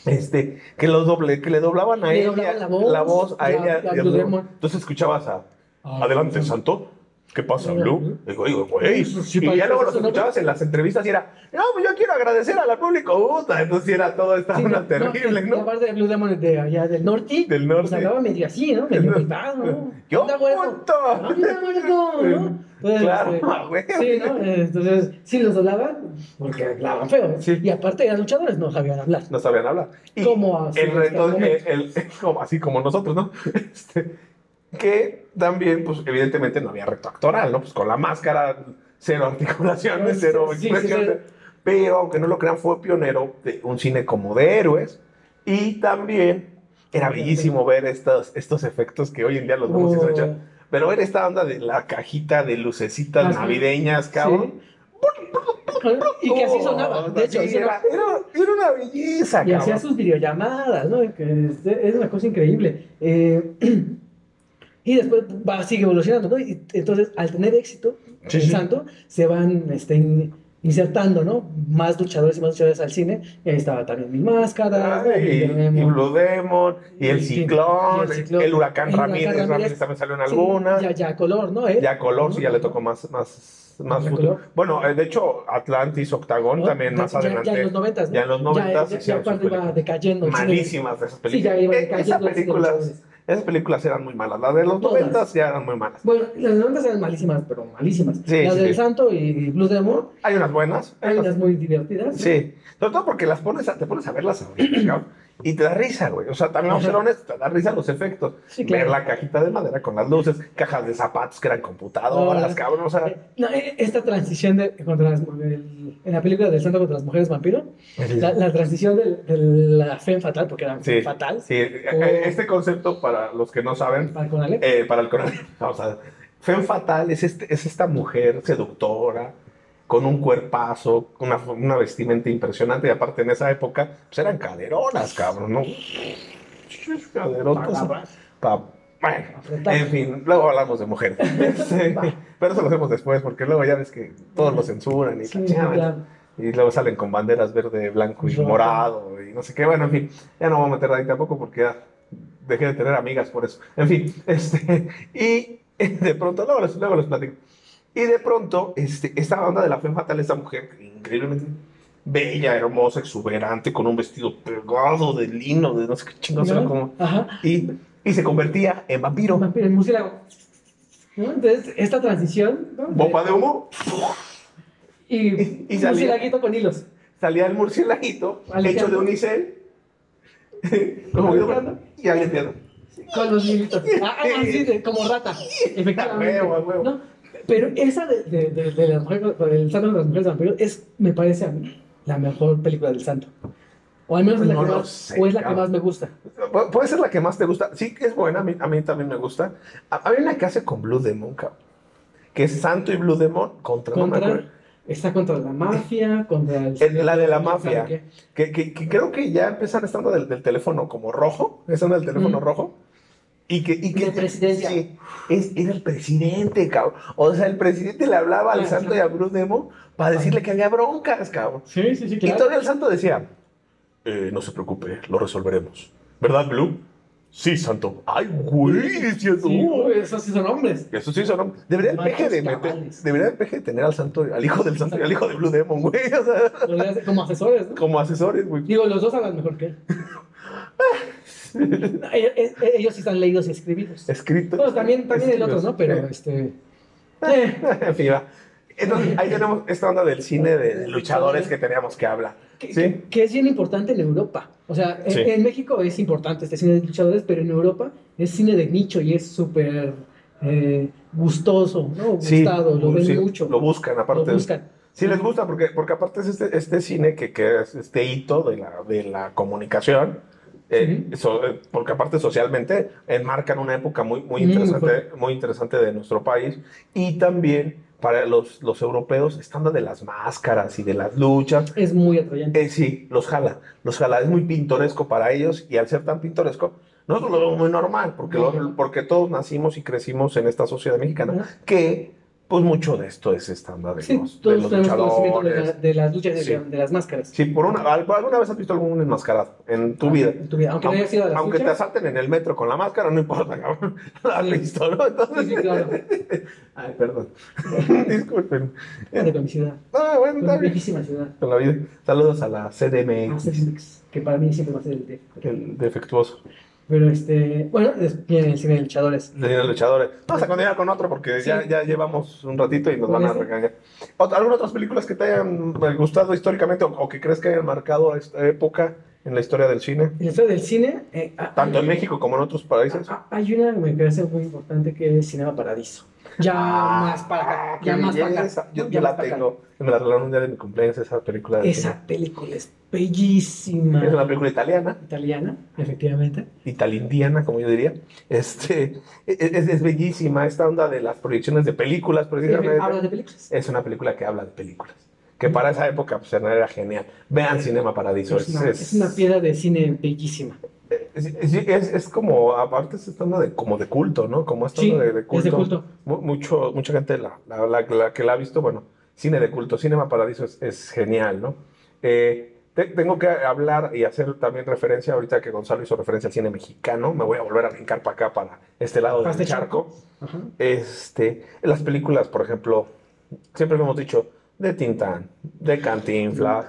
este, que los doble, que le doblaban a
Le
ella
doblaban la voz,
a
la-
ella.
la
y a Blue.
Blue Demon.
Entonces escuchabas a Ah, Adelante, Santo. ¿Qué pasa, Blue? Digo, digo, güey.
Sí,
y ya
parece
luego los
eso, ¿no?
escuchabas en las entrevistas y era, no, pues yo quiero agradecer al público. puta". Entonces era todo esta
Sí,
onda
no,
terrible,
no,
¿no?
y Aparte de Blue Demon de allá del norte.
Del norte.
Pues hablaba medio así, ¿no? Medio privado, ¿no? Ah,
¡Yo,
Anda, güero.
puto!
No, mira, güero, ¿no? Entonces,
Claro,
este,
ah, güey.
Sí, ¿no? Eh, Entonces, sí los hablaban, porque hablaban feo.
Sí.
Y aparte eran luchadores, no sabían hablar.
No sabían hablar. Y
Como así,
el
en este
reto-
momento.
el- el- como- así como nosotros, ¿no? Este, que también, pues evidentemente no había recto actoral, ¿no? Pues con la máscara, cero articulaciones,
Sí,
cero
sí, sí,
expresiones. Pero aunque no lo crean, fue pionero de un cine como de héroes. Y también era bellísimo ver estos, estos efectos que hoy en día los vemos y se echan. Pero era esta onda de la cajita de lucecitas
Ajá.
navideñas, cabrón.
Y que así
Oh,
sonaba. De hecho,
así
así
era, era- era una belleza,
Y hacía
cabrón.
sus videollamadas, ¿no? Que es, es una cosa increíble. Eh, y después va, sigue evolucionando, ¿no? Y entonces, al tener éxito,
Sí,
el
sí.
santo, se van este, in- insertando, ¿no? Más luchadores y más luchadores al cine. Y ahí estaba también Mil Máscaras,
Ah, y, y Blue Demon, y el
Y-
ciclón,
y el
el, huracán
Ciclón. El Huracán
Ramírez,
Ramírez.
Ramírez también salió en algunas.
ya,
ya,
ya color, ¿no? Eh,
color, sí, ya le tocó más, más, más
Ya
futuro.
Color.
Bueno, eh, de hecho, Atlantis, Octagón
¿no?
también más
ya,
adelante.
Ya en los noventas, ¿no?
ya en los noventas
Ya, ya,
hicieron
cuando
sus
iba
películas.
decayendo. el cine.
malísimas de esas
Sí,
películas.
ya iba
Eh, esas,
decayendo. el cine de los
películas
noventas.
esas películas eran muy malas. Las de los
Todas.
noventas ya eran muy malas.
Bueno, las noventas eran malísimas, pero malísimas.
Sí,
las
sí, Ah, pues
del
sí.
Santo y, y Blue Demon
Hay unas buenas. hay
Hay
otras-
unas muy divertidas.
Sí, sobre todo porque las pones a- te pones a verlas ahorita, cabrón, Y te da risa, güey. O sea, también vamos a ser honestos, te da risa los efectos.
Sí, claro.
Ver la cajita de madera con las luces, cajas de zapatos que eran computadoras,
No,
cabrón. O sea,
Eh, no, eh, esta transición de, contra las- el- en la película del santo contra las mujeres vampiro, la, la transición del- de, la fe fatal, porque era
Sí.
fatal,
sí,
Oh.
eh, este concepto, para los que no saben,
para con Ale.
eh, para el coronel, vamos a ver. Femme Fatal es, este, es esta mujer seductora, con un cuerpazo, con una, una vestimenta impresionante. Y aparte, en esa época, pues eran caderonas, cabrón, ¿no? Caderotas. pa- bueno,
Apretada.
en fin, luego hablamos de mujeres. Este, pero eso lo hacemos después, porque luego ya ves que todos lo censuran y
Sí,
la
sí,
chingan.
claro.
Y luego salen con banderas verde, blanco y
Rojo.
morado y no sé qué. Bueno, en fin, ya no voy a meter ahí tampoco porque ya dejé de tener amigas por eso. En fin, este, y de pronto, luego les, luego les platico. Y de pronto, este, esta onda de la fe fatal, esta mujer increíblemente bella, hermosa, exuberante, con un vestido pegado de lino, de no sé qué chingos era
¿No?
como.
Ajá.
Y, y se convertía en vampiro.
Vampiro, el murciélago. ¿No? Entonces, esta transición. ¿no?
Bomba de humo,
Y,
Y- y
un
salía.
murciélaguito con hilos.
salía el murcielaguito
Aleteando.
hecho de unicel, como yo, y aleteando.
Con los hilitos. Ah, ah, ah, sí, de- como rata. Efectivamente.
A huevo, a huevo.
¿no? Pero esa de, de, de, de la mujer, con- del santo de las mujeres vampiros es, me parece a mí, la mejor película del santo. O al menos es la,
No
que,
lo
más,
sé,
o es la que
cabrón.
más me gusta.
Pu- Puede ser la que más te gusta. Sí, que es buena. A mí, a mí también me gusta. A- Hay una que hace con Blue Demon, cabrón. Que es Santo y Blue Demon contra. no me
Contra,
acuerdo.
está contra la mafia, contra el-
El- la de la mafia.
¿sabe qué?
que, que- que creo que ya empiezan estando del, del teléfono como rojo. Esa onda del teléfono
Mm.
rojo. Y que. Y que
De presidencia.
Sí, es, era el presidente, cabrón. O sea, el presidente le hablaba al
Ah,
Santo
sí.
y a Blue Demon para decirle que había broncas, cabrón.
Sí, sí, sí,
Y
claro.
todavía el santo decía, "Eh, no se preocupe, lo resolveremos. ¿Verdad, Blue? Sí, santo. Ay, güey, decía,
Sí,
"No".
uy, esos sí son hombres.
Eso sí, eso no. Debería el
Machos
peje de meter-
cabales.
debería el peje de tener al santo, al hijo del santo y al hijo de Blue Demon, güey. O sea,
Los de hace- como asesores, ¿no?
como asesores, güey.
Digo, los dos hablan mejor que él. No, ellos, eh, ellos sí están leídos y escribidos.
Escrito.
Bueno, también, también el otro, ¿no? Pero
Eh,
este. eh,
En fin, va. Entonces, ahí tenemos esta onda del cine de, de luchadores que teníamos que hablar.
que,
Sí.
que es bien importante en Europa. O sea, en,
Sí.
en México es importante este cine de luchadores, pero en Europa es cine de nicho y es súper eh, gustoso, ¿no? Gustado, lo ven
sí,
mucho.
Lo buscan, aparte.
lo buscan.
Sí, les gusta, porque, porque aparte es este, este cine que, que es este hito de la, de la comunicación, eh, so- eh, porque aparte socialmente enmarcan una época muy, muy,
Mm,
interesante, muy interesante de nuestro país y también para los, los europeos esta onda de las máscaras y de las luchas.
Es muy atrayente.
Eh, sí, los jala, los jala, es muy pintoresco para ellos y al ser tan pintoresco, nosotros lo vemos muy normal, porque, lo- porque todos nacimos y crecimos en esta sociedad mexicana, que pues mucho de esto es esta onda de
Sí,
los, de
todos
los
tenemos conocimiento de,
luchadores. eh,
la- de las luchas de,
Sí.
de las máscaras.
Sí, por una, ¿al- ¿alguna vez has visto algún enmascarado en tu vida?
Ah, En tu vida. Aunque, no haya sido a las
Aunque te
luchas.
asalten en el metro con la máscara, no importa, cabrón. Lo has
Sí.
visto, ¿no? Entonces,
Sí, sí, claro.
Ay, perdón. Disculpen.
De comicidad.
Ah, bueno,
Una
está bien.
viejísima ciudad. Ah,
Con la vida. Saludos a la CDMX,
Asterix, que para mí siempre va a ser el DF.
el defectuoso.
Pero este, bueno, es- viene el cine de luchadores.
Señores luchadores. Vamos a continuar con otro porque ya,
Sí.
ya llevamos un ratito y nos
Con
van a
este.
regañar. Ot- ¿Algunas otras películas que te hayan eh, gustado históricamente o, o que crees que hayan marcado esta época en la historia del cine?
En la historia del cine, eh, ah,
Tanto en
hay-
México como en otros países.
ah, hay una que me parece muy importante que es Cinema Paradiso. Ya
Ah,
más para acá,
qué
ya más para
belleza.
acá.
Yo,
¿no?
yo
Ya
la
más para acá.
tengo. Me la regalaron un día de mi cumpleaños esa película. de
Esa película es bellísima.
cine. Es una película italiana,
italiana, efectivamente.
italindiana, como yo diría. Este, es, es bellísima esta onda de las proyecciones de películas, precisamente.
Habla Eh, de películas.
Es una película que habla de películas. Que para esa época pues, era genial. Vean Cinema Paradiso.
Es una, es una piedra de cine bellísima.
es, es- es como, aparte, es esta onda de, como de culto, ¿no? Como esta
Sí,
onda de, de
es de culto.
Mu- Mucho, mucha gente la, la- la- la que la ha visto, bueno, cine de culto, Cinema Paradiso es, es genial, ¿no? Eh, te- tengo que hablar y hacer también referencia, ahorita que Gonzalo hizo referencia al cine mexicano, me voy a volver a brincar para acá, para este lado
Para
del
este
charco.
Ajá.
Este, las películas, por ejemplo, siempre lo hemos dicho, de Tintán, de Cantinflas,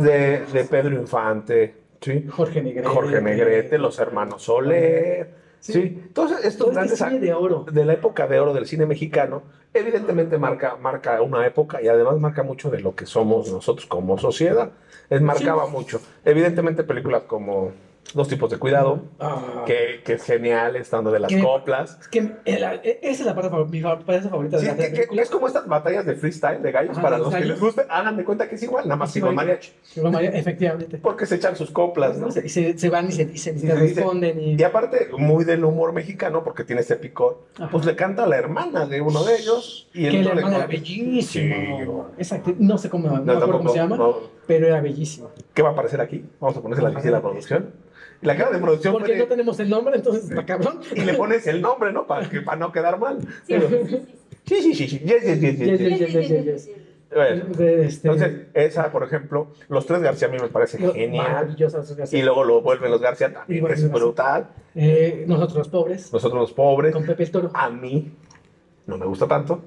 de, de Pedro Infante, ¿sí?
Jorge Negrete.
Jorge Negrete, los hermanos Soler,
Sí.
¿sí? Entonces, estos
Todo este
grandes
cine de oro.
de la época de oro del cine mexicano, evidentemente marca, marca una época y además marca mucho de lo que somos nosotros como sociedad. Es, marcaba mucho. Evidentemente películas como Dos tipos de cuidado,
Ah,
que, que es genial, estando de las
¿Qué?
coplas.
Es que eh, la- eh, esa es la parte, fa- mi fa- parte favorita de
Sí,
la
que- que- que
película.
es como estas batallas de freestyle de gallos
Ajá,
para
de
los que
gallos.
les guste. Hagan de cuenta que es igual, nada más que con mariachi.
Que va Mario- Efectivamente.
Porque se echan sus coplas, ¿no?
Y se, se van y se dicen, y
Sí,
se
se dice.
responden. Y,
Y aparte, muy del humor mexicano, porque tiene ese picor.
Ajá.
Pues le canta a la hermana de uno de ellos. Y
que
el
la
otro le
hermana era
canta- Sí,
bellísima.
güey.
Esa actriz, no sé cómo, no, me
No,
acuerdo
tampoco.
cómo se llama,
no.
pero era bellísima.
¿Qué va a aparecer aquí? Vamos a ponerse la lista de la producción. Y La cara de producción
Porque
pone-
no tenemos el nombre, entonces está cabrón.
y le pones el nombre, ¿no? Para que para no quedar mal.
Sí, sí, sí, sí,
Sí, sí, sí, sí. Yes, yes, yes, yes, yes.
Yes,
sí,
yes,
sí, sí, sí,
yes,
sí.
Bueno,
De- este,
entonces, esa, por ejemplo, los tres García a mí me parece
lo-
genial.
maravillosa su casa.
Y luego lo vuelven los García también.
Y
Es
vuelven los
brutal.
Eh, nosotros los pobres,
Nosotros los pobres. Ah.
con Pepe el Toro.
A mí no me gusta tanto.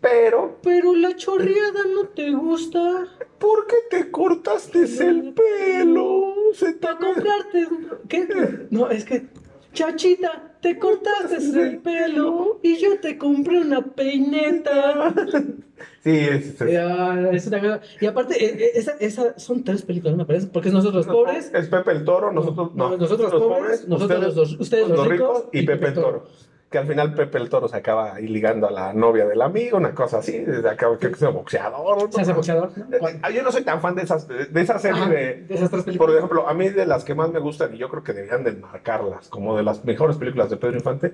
Pero,
Pero la chorreada no te gusta.
¿por qué te cortaste el pelo? Se te
Para comprarte. un- ¿Qué? No, es que. Chachita, te cortaste el pelo y yo te compré una peineta.
Sí, es, es-
Ah, es una cosa- Y aparte, eh, eh, esa, esa- son tres películas, me parece, porque es nosotros los pobres.
Es Pepe el Toro, nosotros, no,
No, nosotros los pobres, nosotros los dos- ustedes los ricos
y, Pepe el Toro. Que al final Pepe el Toro se acaba ahí ligando a la novia del amigo, una cosa así, se acaba, creo que es un boxeador.
Se hace
¿no?
boxeador. ¿no?
Ah, Yo no soy tan fan de esas, de de esa serie
Ajá,
de...
de esas tres películas.
Por ejemplo, a mí de las que más me gustan, y yo creo que deberían de enmarcarlas, como de las mejores películas de Pedro Infante,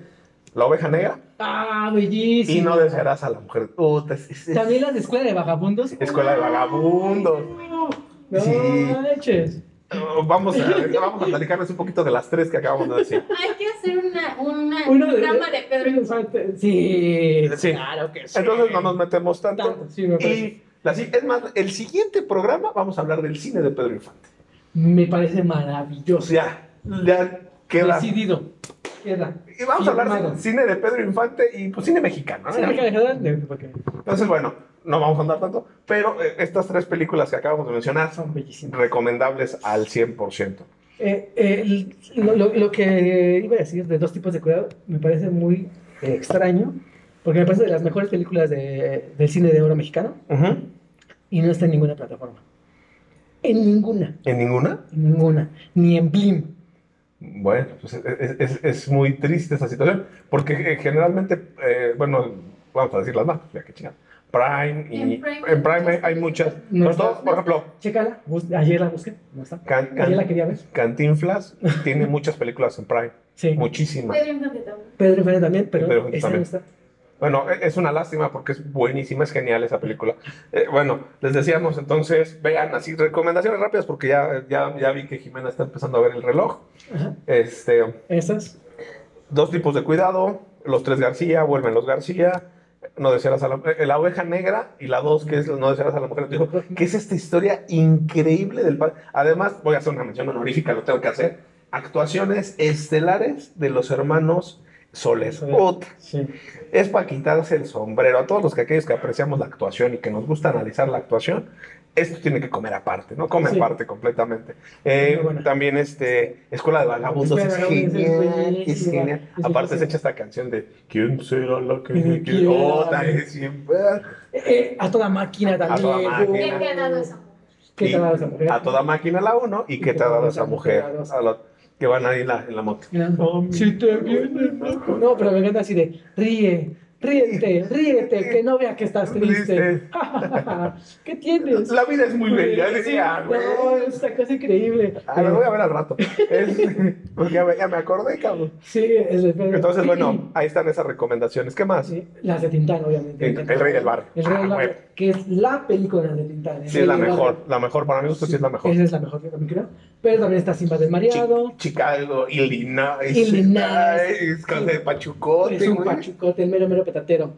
La Oveja Negra
Ah,
y
bellísimo.
No desearás a la mujer. Puta, es- es- es-
También las de Escuela de Vagabundos.
Escuela de Vagabundos.
No
Sí.
manches.
Oh, Vamos a, vamos a platicarles un poquito de las tres que acabamos de decir.
Hay que hacer una, una
Uno de-
trama de Pedro Infante.
Sí,
Sí.
claro que sí.
Entonces no nos metemos tanto.
Tanto, sí, me parece.
Y la si- es más, el siguiente programa vamos a hablar del cine de Pedro Infante.
Me parece
O
maravilloso.
sea, ya queda.
Decidido. Queda.
Y vamos a hablar
firmado.
de cine de Pedro Infante y pues, cine mexicano. ¿no?
Sí, hay que dejar de- porque
Entonces, bueno, no vamos a andar tanto, pero eh, estas tres películas que acabamos de mencionar son
son bellísimas.
recomendables al 100%.
Eh, eh, el- lo, lo- lo que iba a decir de dos tipos de cuidado me parece muy eh, extraño, porque me parece de las mejores películas de- del cine de oro mexicano y no está en ninguna plataforma. En ninguna,
¿En ninguna?
en ninguna. Ni en Blim.
Bueno, pues es, es- es muy triste esa situación, porque eh, generalmente, eh, bueno, vamos a decir las más, ya que chingada. Prime y
En Prime,
en Prime hay, hay muchas.
No
Sobre
está.
todo, por ejemplo,
Chécala, bus- ayer la busqué, no está.
Can-
Ayer la
Can-
quería ver.
Cantinflas tiene muchas películas en Prime,
Sí.
muchísimas.
Pedro Infante también.
Pedro Infante también, pero
Pedro Infante
esta no
también.
está.
Bueno, e- es una lástima porque es buenísima, es genial esa película. Eh, bueno, les decíamos entonces, vean así recomendaciones rápidas porque ya, ya, ya vi que Jimena está empezando a ver el reloj.
Ajá.
Este,
Esas.
dos tipos de cuidado, los tres García, vuelven los García, no desearás a la, eh, la oveja negra y la dos que es no desearás a la mujer. Digo, que es esta historia increíble del padre. Además, voy a hacer una mención honorífica, lo tengo que hacer. Actuaciones estelares de los hermanos Soler.
Soler.
Puta,
Sí.
es para quitarse el sombrero. A todos los que aquellos que apreciamos la actuación y que nos gusta analizar la actuación, esto tiene que comer aparte, ¿no? Come
Sí.
aparte completamente. Eh,
Muy buena.
también este Escuela de Vagabundos es
Escuela de Vagabundos es
genial, es
buenísima,
genial. Aparte
es
se
buenísima.
echa esta canción de ¿Quién será la que
Que
me
me
quiere?
quiera.
Otra vez siempre.
Eh, eh, a toda máquina
toda
también.
máquina.
¿Qué te ha dado esa mujer?
¿Qué
Y
te ha dado esa mujer?
A toda máquina la uno y que te ha dado esa mujer. A la- que van ahí en la, en la moto.
Mira. Si te viene loco. No, pero me encanta así de ríe, ríete, ríete, que no vea que estás triste.
Triste.
¿Qué tienes?
La vida es muy bella,
Sí,
decía, güey.
No, es una cosa increíble.
Ah, lo voy a ver al rato. Es- porque ya me, ya me acordé, cabrón.
Sí, es de Pedro.
Entonces, bueno, ahí están esas recomendaciones. ¿Qué más?
Sí, las de Tintán, obviamente.
El, el Rey del Barrio.
El Rey
Ah,
del Barrio,
güey.
que es la película de Tintán. el
Sí, es la
Rey del
mejor.
Barrio.
La mejor, para mí, esto sí es la mejor.
Esa es la mejor que también creo. Pero también está Simba del Mareado.
Chi- Chicago, Illinois.
Illinois.
Ay, Es casa de Pachucote,
Es un
güey.
pachucote, el mero, mero petatero.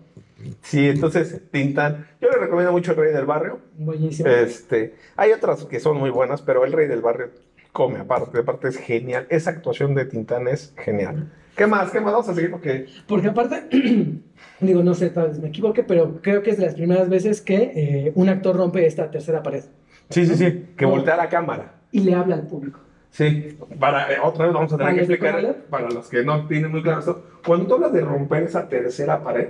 Sí, entonces, Tintán. Yo le recomiendo mucho El Rey del Barrio.
Buenísimo.
Este, hay otras que son muy buenas, pero El Rey del Barrio come aparte. Aparte es genial. Esa actuación de Tintán es genial. ¿Qué más? ¿Qué más? Vamos a seguir porque...
Porque aparte, digo, no sé, tal vez me equivoque, pero creo que es de las primeras veces que eh, un actor rompe esta tercera pared
Sí, sí, sí. Que voltea la cámara.
y le habla al público.
Sí, para, eh, otra vez vamos a tener
¿Para
que
los de
explicar,
Coral?
para los que no tienen muy claro esto, cuando tú hablas de romper esa tercera pared,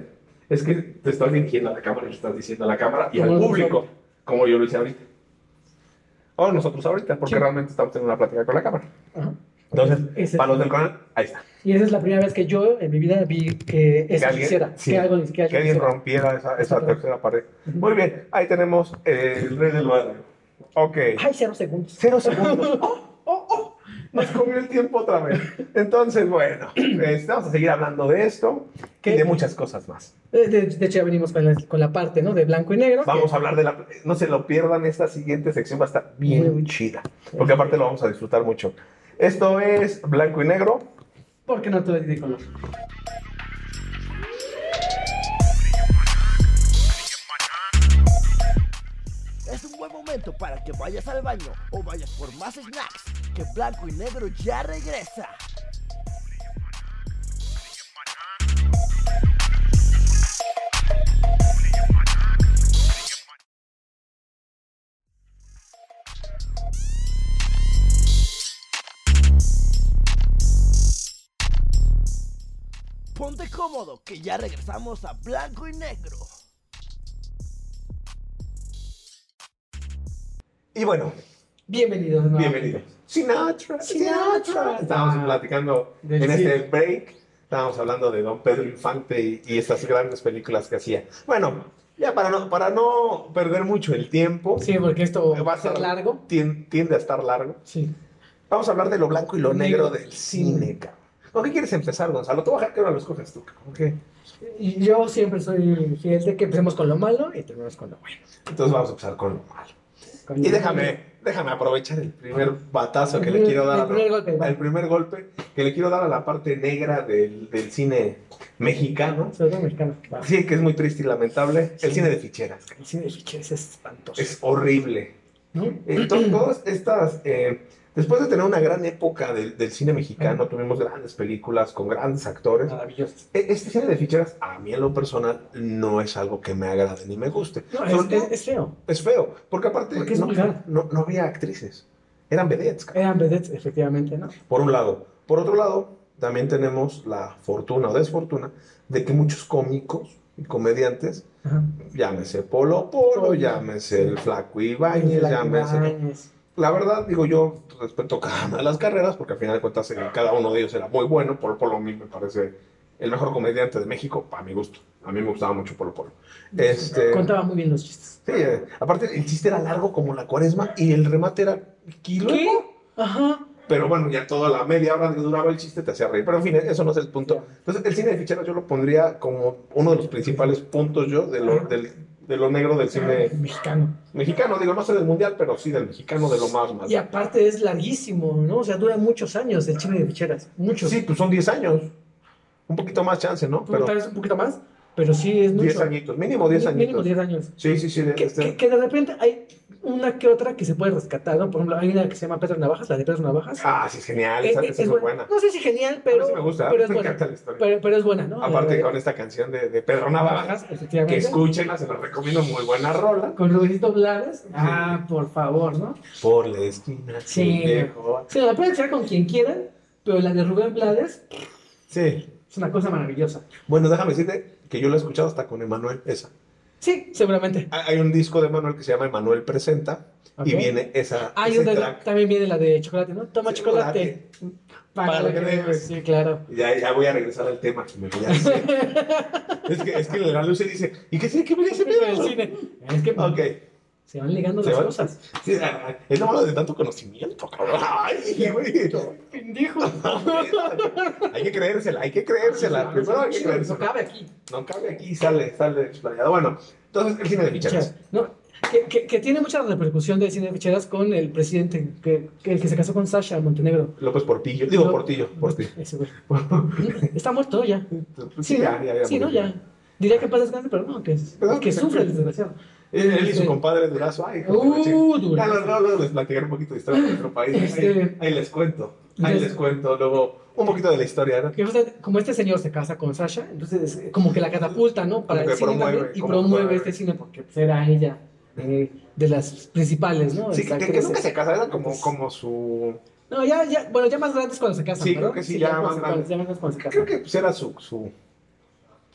es que te estás dirigiendo a la cámara y le estás diciendo a la cámara y al
Como lo
público, como yo lo hice ahorita. O nosotros ahorita, porque
Sí.
realmente estamos en una plática con la cámara.
Ajá.
Entonces,
Ese-
para los del canal, ahí está.
Y esa es la primera vez que yo en mi vida vi que eso
alguien-
hiciera.
sí.
Que algo que
Que alguien
hiciera.
rompiera esa, esa
Exacto.
tercera pared. Muy bien, ahí tenemos eh, el rey del barrio. Ok.
Ay, cero segundos.
Cero segundos. ¡Oh, oh, oh! Nos comió el tiempo otra vez. Entonces, bueno, este, vamos a seguir hablando de esto y
¿Qué?
de muchas cosas más.
Eh, De, de hecho, ya venimos con la, con la parte, ¿no? De blanco y negro.
Vamos a hablar de la... No se lo pierdan, esta siguiente sección va a estar bien
Muy
chida. Porque aparte lo vamos a disfrutar mucho. Esto es Blanco y Negro.
Porque no todo es de color.
Es un buen momento para que vayas al baño o vayas por más snacks, que Blanco y Negro ya regresa. Ponte cómodo, que ya regresamos a Blanco y Negro.
Y bueno,
Bienvenidos. ¿no?
bienvenidos. Sinatra, Sinatra. Ah. Estábamos platicando
Del
en
cine.
este break. Estábamos hablando de Don Pedro Infante y, y estas grandes películas que hacía. Bueno, ya para no, para no perder mucho el tiempo,
Sí, porque esto
Eh,
va a
vas a-
ser largo.
tien- tiende a estar largo.
Sí.
Vamos a hablar de lo blanco y lo negro
Negro. Mm.
del cine, cabrón. ¿Con qué quieres empezar, Gonzalo? Te voy a dejar que ahora lo escojas tú, cabrón.
Ok. Y yo siempre soy fiel de que empecemos con lo malo y terminemos con lo bueno.
Entonces vamos a empezar con lo malo.
Con
Y
lo-
déjame, déjame aprovechar el primer batazo
El
que le
primer-
quiero dar a
Mm. el primer golpe, va.
el primer golpe que le quiero dar a la parte negra del, del cine mexicano.
Sobre todo mexicano. Va.
Sí, que es muy triste y lamentable. El
Sí.
cine de ficheras.
El cine de ficheras es espantoso.
Es horrible.
¿no?
Entonces, todas estas. eh, después de tener una gran época del, del cine
Mm.
mexicano, tuvimos grandes películas con grandes actores.
Maravilloso.
E- Este cine de ficheras, a mí en lo personal, no es algo que me agrade ni me guste.
No,
Sobre
es,
todo,
es- es feo.
es feo, porque aparte
Porque es
no,
vulgar.
no- no había actrices, eran vedettes. ca-
Eran vedettes, efectivamente, ¿no?
Por un lado. Por otro lado, también tenemos la fortuna o desfortuna de que muchos cómicos y comediantes,
Ajá.
llámese Polo Polo,
Polo.
llámese el Flaco
Y
Ibáñez,
la
llámese...
Ibáñez.
La verdad, digo yo, respeto cada una de las carreras, porque al final de cuentas eh, cada uno de ellos era muy bueno. Polo Polo a mí me parece el mejor comediante de México, para mi gusto. A mí me gustaba mucho Polo Polo. Este,
Contaba muy bien los chistes.
sí, eh, aparte, el chiste era largo como la cuaresma y el remate era kilo.
¿Qué? Ajá.
Pero bueno, ya toda la media hora que duraba el chiste te hacía reír. Pero en fin, eso no es el punto.
Sí.
Entonces, el cine de ficheras yo lo pondría como uno de los principales puntos yo de lo, del- de lo negro del cine
Mexicano.
mexicano. Digo, no sé del mundial, pero sí del mexicano, de lo más malo.
Y aparte es larguísimo, ¿no? O sea, dura muchos años el cine de ficheras. Muchos.
Sí, pues son 10 años. Un poquito más chance, ¿no?
Pues, Tal
Pero
vez un poquito más, pero sí es mucho.
10 añitos, mínimo 10
Mí- Mínimo
añitos.
10 años.
Sí, sí, sí. de-
Que,
este-
que- que de repente hay una que otra que se puede rescatar, ¿no? Por ejemplo, hay una que se llama Pedro Navajas, la de Pedro Navajas.
Ah, sí, es genial.
Eh,
Esa,
eh,
esa es muy
buena.
buena.
No sé si genial,
Pero,
pero,
me gusta.
pero es
me
buena.
encanta la historia.
Pero, pero es buena, ¿no?
Aparte,
Eh,
con esta canción de, de Pedro Navajas,
Navajas,
que
efectivamente.
escúchenla, se la recomiendo. Muy buena rola.
Con Rudito Blades. Ah, por favor, ¿no?
Por la esquina.
Sí.
del viejo.
Se la pueden echar con quien quieran, pero la de Rubén Blades
Sí.
es una cosa maravillosa.
Bueno, déjame decirte que yo la he escuchado hasta con Emanuel, esa.
Sí, seguramente.
Hay hay un disco de Emanuel que se llama Emanuel Presenta y
Ok.
viene esa.
Ah, y
ese
otra-
track.
también viene la de chocolate, ¿no? Toma chocolate.
Chocolate. Para lo que debes.
Sí, claro.
Ya, ya voy a regresar al tema que me voy a hacer. es que, es que la luz se dice, ¿y qué tiene que ver ese
Pero el
pedo?
cine. Es que
Ok.
se van ligando
Se
las
van-
cosas.
Sí, ah, es lo malo de tanto conocimiento, cabrón. Ay, güey.
Pendejo.
Hay que creérsela, hay que creérsela. Primero hay que
Eso
creérsela.
cabe aquí.
No cabe aquí, sale, sale explayado. Bueno, entonces el cine de ficheras.
No, que, que, que tiene mucha repercusión de cine de ficheras con el presidente, que, que el que se casó con Sasha Montenegro.
López Portillo, digo
No.
Portillo, Portillo.
Ese güey. Está muerto ya.
Sí, ya, ya, ya.
Sí, ¿no?
murió.
Ya. Diría que pasa descanse, pero no, que,
Pero-
que sufre el desgraciado.
Él, él y su
Sí.
compadre Durazo. Ay, hijo de la chica.
Uh, duro.
Ya, luego, luego, luego les platicaré un poquito de historia de nuestro país. Ahí,
Este-
ahí les cuento. Ahí
Entonces-
les cuento luego un poquito de la historia, ¿no?
Que, o sea, como este señor se casa con Sasha, entonces eh, como que la catapulta, ¿no? Para
Como
el
que
cine
promueve,
también, y
como
promueve
promueve.
este cine porque pues, era ella eh, de las principales, ¿no? Pues,
Sí, que, que- que
Actrices.
nunca se casa, era como,
Entonces-
como su.
No, ya, ya, bueno, ya más grandes cuando se casan,
Sí,
¿verdad?
creo que pues, sí, ya
cuando
más
se-
grandes.
ya más grandes cuando se
Creo
casan.
que pues, era su. su,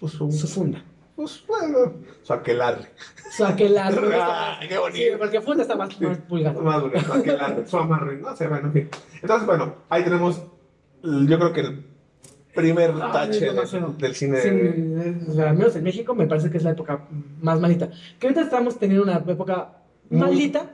pues, su-
Su funda.
Pues bueno, saquelarle.
Su aquelarre. güey, está
¡Ah,
más-
qué
Sí,
bonito!
porque funda está más,
Sí.
más pulgar.
Más bonito, saquelarle, su amarre, no sé, bueno, en fin. Entonces, bueno, ahí tenemos, el- yo creo que el primer
Ah,
tache
no, no, no.
del, del cine.
Sí, o sea, al menos en México me parece que es la época más malita. Que ahorita estamos teniendo una época
Muy-
malita.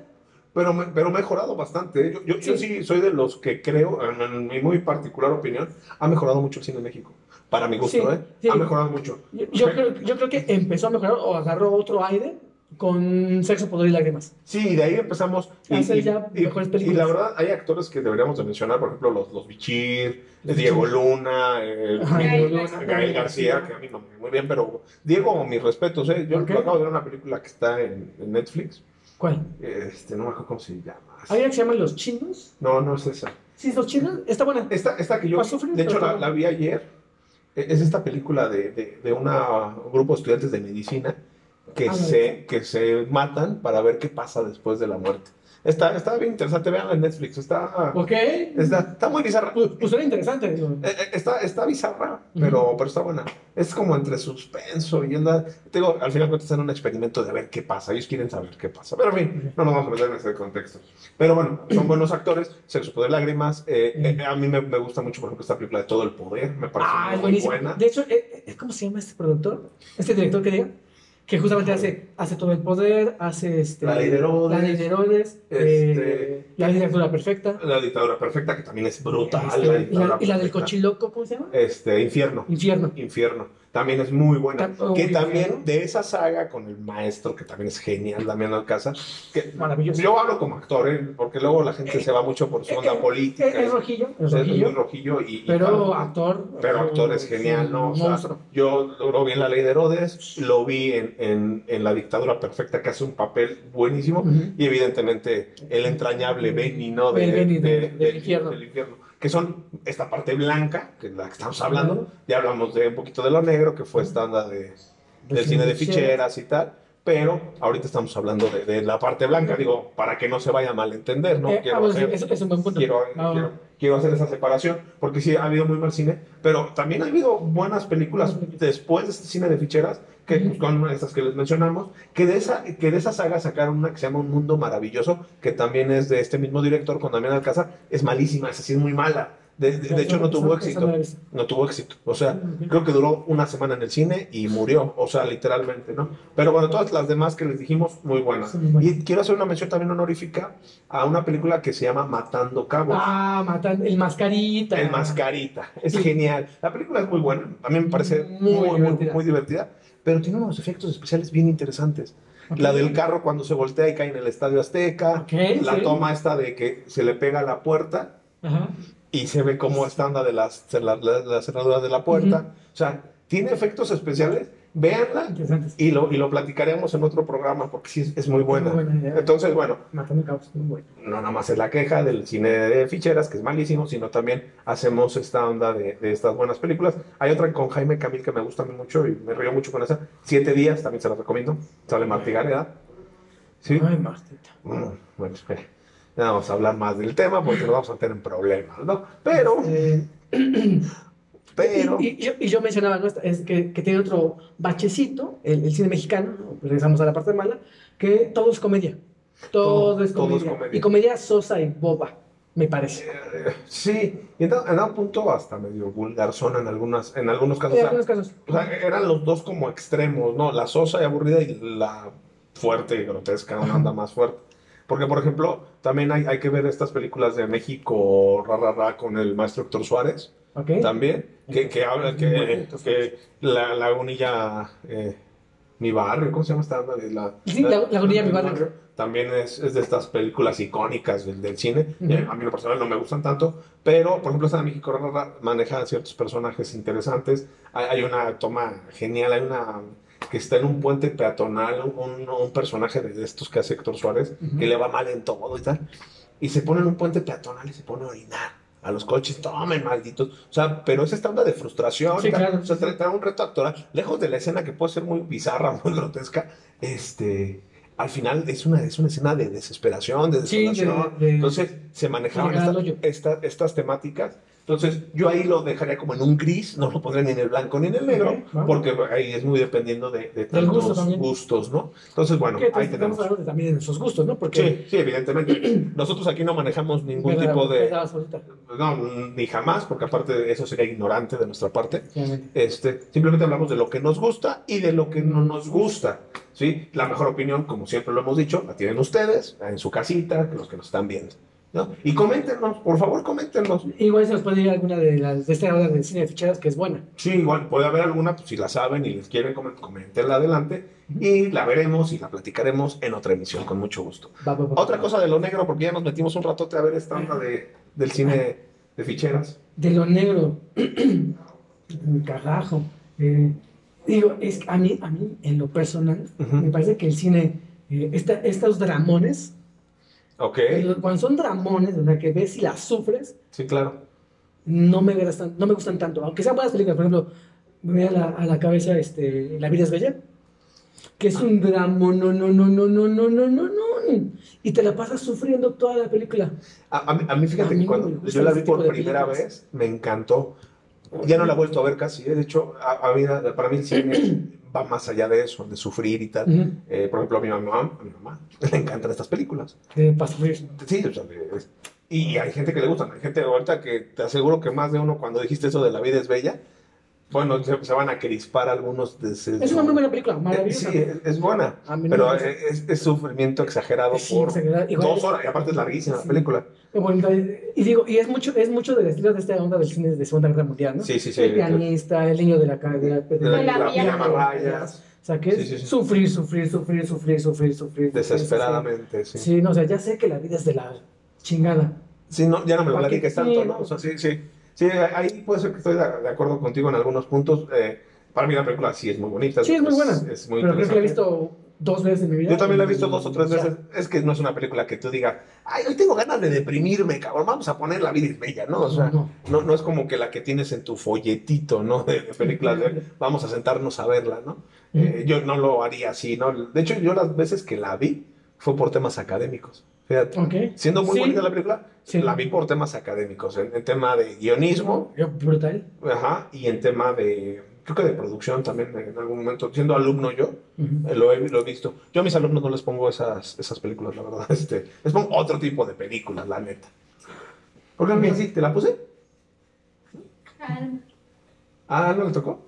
Pero, me- pero ha mejorado bastante. ¿eh? Yo, yo, yo
Sí.
sí soy de los que creo, en, en mi muy particular opinión, ha mejorado mucho el cine en México. Para mi gusto,
Sí,
¿eh?
sí.
Ha mejorado mucho.
Yo, yo creo, yo creo que empezó a mejorar o agarró otro aire con Sexo, Poder y Lágrimas.
Sí, y de ahí empezamos. Y,
Hacer
y-
ya
y-
mejores
y
películas.
la verdad, hay actores que deberíamos de mencionar, por ejemplo, los, los Bichir,
Los
Diego
Bichir.
Luna, el-
Ajá,
Gael
Luna,
García.
Gael García, que a mí no me muy bien, pero Diego, mis respetos, ¿eh? Yo
Ok.
lo acabo de ver en una película que está en, en Netflix.
¿Cuál?
Este, no me acuerdo cómo se llama.
Hay una que se llaman Los Chinos.
No, no es esa.
Sí, Los Chinos. Está buena.
Esta, esta que yo,
Pasó frío,
de hecho,
pero
la,
está
la vi ayer. E- Es esta película de, de, de una- un grupo de estudiantes de medicina que,
Ah,
se, que se matan para ver qué pasa después de la muerte. Está, está bien interesante, veanla en Netflix. Está,
Ok.
está, está muy bizarra.
Pues, pues era interesante. digo.
Eh, eh, Está, está bizarra, pero, pero está buena. Es como entre suspenso y onda. Te digo, al final cuentas en un experimento de a ver qué pasa. Ellos quieren saber qué pasa. Pero en fin, no nos vamos a meter en ese contexto. Pero bueno, son buenos actores. Sexo, poder, lágrimas. Eh, eh, a mí me, me gusta mucho, por ejemplo, esta película de Todo el Poder. Me parece
Ah, es
muy
buenísimo.
buena.
De hecho, eh, eh, ¿cómo se llama este productor? Este director que diga. Que justamente hace, hace todo el poder, hace este,
La Ley de Herodes.
La Ley de Herodes,
Este-
eh, la literatura perfecta.
La dictadura perfecta, que también es brutal.
Este,
la
y, la,
dictadura
y la del
perfecta.
cochiloco, ¿cómo se llama?
Este, Infierno.
Infierno.
Infierno. También es muy buena.
Tam-
que
oh,
también
Infierno.
de esa saga con el maestro, que también es genial, Damián Alcázar. Que
Maravilloso.
yo hablo como actor, ¿eh? porque luego la gente se va mucho por su onda
Eh, eh,
política.
Es, es rojillo, es
Es muy
rojillo,
rojillo y, y
pero
tal.
actor. eh,
Pero actor es genial, ¿no? O sea,
monstruo.
yo lo, lo vi en La Ley de Herodes, lo vi en, en- en La Dictadura Perfecta, que hace un papel buenísimo.
Ujú.
Y evidentemente el entrañable Benny, ¿no?
El Benny de-
del,
del infierno.
infierno. Que son esta parte blanca, que es la que estamos hablando. Ya hablamos de un poquito de lo negro, que fue esta onda de, del cine de ficheras y tal. Pero ahorita estamos hablando de, de la parte blanca, digo, para que no se vaya a malentender, ¿no?
Eh, ah,
Quiero
bueno, sí,
hacer,
es, es un buen punto.
quiero,
Ah,
quiero- quiero hacer esa separación, porque sí ha habido muy mal cine, pero también ha habido buenas películas después de este cine de ficheras, que
Ujú.
son estas que les mencionamos, que de, esa, que de esa saga sacaron una que se llama Un Mundo Maravilloso, que también es de este mismo director con Damián Alcázar, es malísima, es así, es muy mala. De, de- de hecho, no
Esa-
tuvo
esa- esa
éxito,
no la he visto.
no tuvo éxito. O sea,
Ujú.
creo que duró una semana en el cine y murió, o sea, literalmente, ¿no? Pero bueno, todas las demás que les dijimos, muy buenas.
Son muy buenas.
Y quiero hacer una mención también honorífica a una película que se llama Matando Cabos.
Ah, matan el mascarita.
El Mascarita. Es genial. La película es muy buena. A mí me parece muy,
Muy
muy, muy divertida.
divertida.
Pero tiene unos efectos especiales bien interesantes.
Ok.
La del carro cuando se voltea y cae en el Estadio Azteca.
Ok,
la
sí.
toma esta de que se le pega a la puerta
Ajá.
y se ve cómo están la de las, la- la- las cerraduras de la puerta. O sea, tiene efectos especiales. Véanla
Interesantes.
y lo, y lo platicaremos en otro programa porque sí es, es muy buena.
muy buena idea.
Entonces, bueno,
Matando cabos, muy bueno.
no nada más es la queja del cine de ficheras, que es malísimo, sino también hacemos esta onda de, de estas buenas películas. Hay otra con Jaime Camil que me gusta a mí mucho y me río mucho con esa. Siete días, también se las recomiendo. Sale Martí Gareda. Sí.
Ay, Martita.
Mm, Bueno, eh, ya vamos a hablar más del tema porque nos vamos a meter en problemas, ¿no? Pero,
Eh,
pero...
Y, y- y yo, y yo mencionaba, ¿no? Esta- Es que, que tiene otro bachecito, el, el cine mexicano, ¿no? regresamos a la parte mala, que todo es comedia. Todo,
Todo-
es
todo es
comedia.
comedia.
Y comedia sosa y boba, me parece.
eh, Sí, y en, da- en un punto hasta medio vulgar son en, algunas, en algunos casos.
En
O sea,
algunos casos.
O sea, eran los dos como extremos, ¿no? La sosa y aburrida y la fuerte y grotesca, una onda más fuerte. Porque, por ejemplo, también hay, hay que ver estas películas de México, ra, ra, ra, con el maestro Héctor Suárez,
¿ok?
también, que, que habla que, que la lagunilla, eh, mi barrio, ¿cómo se llama esta onda? De La,
Sí, La- Lagunilla, Mi Barrio.
También es, es de estas películas icónicas del, del cine.
Ujú.
Eh, A mí en lo personal no me gustan tanto, pero por ejemplo, esta de México Ra, Ra, Ra, maneja ciertos personajes interesantes. Hay, hay una toma genial, hay una que está en un puente peatonal, un, un personaje de estos que hace Héctor Suárez,
Ujú.
que le va mal en todo y tal, y se pone en un puente peatonal y se pone a orinar. A los coches, tomen, malditos. O sea, pero es esta onda de frustración.
Sí,
y tal.
claro.
O sea, tra- trae un reto actoral. Lejos de la escena que puede ser muy bizarra, muy grotesca, este, al final es una, es una escena de desesperación, de
Sí, de-
desolación.
de-
Entonces se manejaban
llegar al
esta-
hoyo.
esta- estas temáticas Entonces, yo ahí lo dejaría como en un gris, no lo pondría ni en el blanco ni en el negro,
Ok, va.
porque ahí es muy dependiendo de, de
Del gusto
tantos
también. pues
gustos, ¿no? Entonces, bueno,
Que
ahí
entonces estamos
tenemos.
hablando de- también de sus gustos, ¿no? Porque
Sí, sí, evidentemente. Nosotros aquí no manejamos ningún
¿verdad?
tipo de...
¿verdad? Absoluta,
No, ni jamás, porque aparte eso sería ignorante de nuestra parte.
obviamente.
Este, simplemente hablamos de lo que nos gusta y de lo que no nos gusta. ¿sí? La mejor opinión, como siempre lo hemos dicho, la tienen ustedes en su casita, los que nos están viendo. ¿no? Y coméntenos, por favor, coméntenos.
Igual se nos puede ir alguna de las de esta hora de cine de ficheras que es buena.
Sí, igual puede haber alguna, pues, si la saben y les quieren comen- comentarla adelante, y la veremos y la platicaremos en otra emisión, con mucho gusto.
Va, va, va.
Otra cosa de lo negro, porque ya nos metimos un ratote a ver esta onda de, del cine de ficheras.
De lo negro. Carajo. Eh, digo, es que a mí, a mí, en lo personal,
Ujú.
me parece que el cine, eh, esta- estos dramones,
Ok,
los- cuando son dramones, o sea, que ves y las sufres,
sí, claro.
no me gustan, no me gustan tanto. Aunque sean buenas películas, por ejemplo, me viene a la, a la cabeza este, La vida es bella, que es un drama, no, no, no, no, no, no, no, no, no. Y te la pasas sufriendo toda la película.
A, a mí, a mí,
A
fíjate que
mí no me
cuando
gusta
yo la
ese
vi
tipo
por
de
primera
películas.
vez, me encantó. Ya no la he vuelto a ver casi. ¿eh? De hecho, a, a mí, para mí el cine va más allá de eso, de sufrir y tal.
Ujú.
Eh, por ejemplo, a mi mamá, a mi mamá le encantan estas películas.
De para sufrir.
Sí, o sea, es- y hay gente que le gustan. Hay gente ahorita que te aseguro que más de uno cuando dijiste eso de la vida es bella, bueno, se, se van a crispar algunos de ese-
Es una muy buena película,
Eh,
maravillosa.
Sí, es, es buena,
A mí no
pero
me gusta.
es, es sufrimiento exagerado
Sí,
por
exagerado. Igual
dos
es-
horas. Y aparte es larguísima la
Sí.
película.
Qué bonita. Y digo, y es mucho, es mucho del estilo de esta onda del cine de Segunda Guerra Mundial, ¿no?
Sí, sí, sí.
El pianista, el niño de la ca- de la- de
De
la-
la,
De la
la-
piel.
llama rayas,
O sea, que
Sí,
es
sí, sí.
sufrir, sufrir, sufrir, sufrir, sufrir, sufrir.
desesperadamente, sí.
Sí. sí, no, o sea, ya sé que la vida es de la chingada.
Sí, no, ya no me lo
Porque
platiques
sí.
tanto, ¿no? O sea, sí, sí. Sí, ahí puede ser que estoy de de acuerdo contigo en algunos puntos. Eh, para mí la película sí es muy bonita.
Sí, es muy buena,
Es muy
Pero creo que la he
interesante.
visto dos veces en mi vida.
Yo también la he
y-
visto dos o tres
ya.
veces. Es que no es una película que tú digas, ay, hoy tengo ganas de deprimirme, cabrón, vamos a poner La vida es bella, ¿no? O sea,
No,
no, no es como que la que tienes en tu folletito, ¿no? De, de películas de vamos a sentarnos a verla, ¿no? Eh, yo no lo haría así, ¿no? De hecho, yo las veces que la vi fue por temas académicos. Fíjate.
Ok.
Siendo muy
Sí.
bonita la película,
Sí.
la vi por temas académicos, en, en tema de guionismo,
Qué Brutal.
ajá, y en tema de, creo que de producción también en algún momento, siendo alumno yo,
Ujú.
eh, Lo he, lo he visto. Yo a mis alumnos no les pongo esas, esas películas, la verdad. Este, les pongo otro tipo de películas, la neta. Porque a mí así, ¿te la puse?
Calma.
Ah, no le tocó.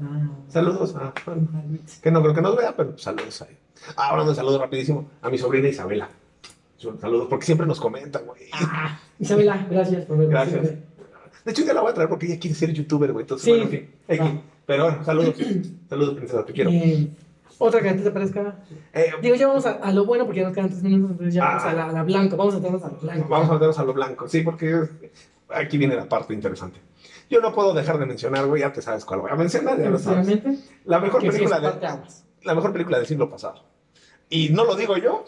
Ah,
Saludos. Ah, bueno.
Totalmente.
Que no creo que nos vea, pero saludos ahí. Ah, hablando de saludos rapidísimo, a mi sobrina Isabela. Su- Saludos, porque siempre nos comentan, güey.
Ah, Isabela, gracias por verme.
Gracias.
siempre.
De hecho, ya la voy a traer porque ella quiere ser youtuber, güey. Entonces,
Sí.
bueno, en fin. X.
Ah.
Pero bueno, saludos. saludos, princesa, te quiero.
Eh, otra que a ti te parezca.
Eh,
Digo, ya vamos a, a lo bueno porque ya nos quedan tres minutos, entonces ya
Ah.
vamos a la, a la blanco, vamos a meternos a la blanco.
Vamos a meternos a lo blanco, sí, porque aquí viene la parte interesante. Yo no puedo dejar de mencionar, güey, ya te sabes cuál voy a mencionar, ya lo sabes.
Efectivamente,
La mejor,
que sí es
película de,
parteaguas.
la mejor película del siglo pasado. Y no lo digo yo,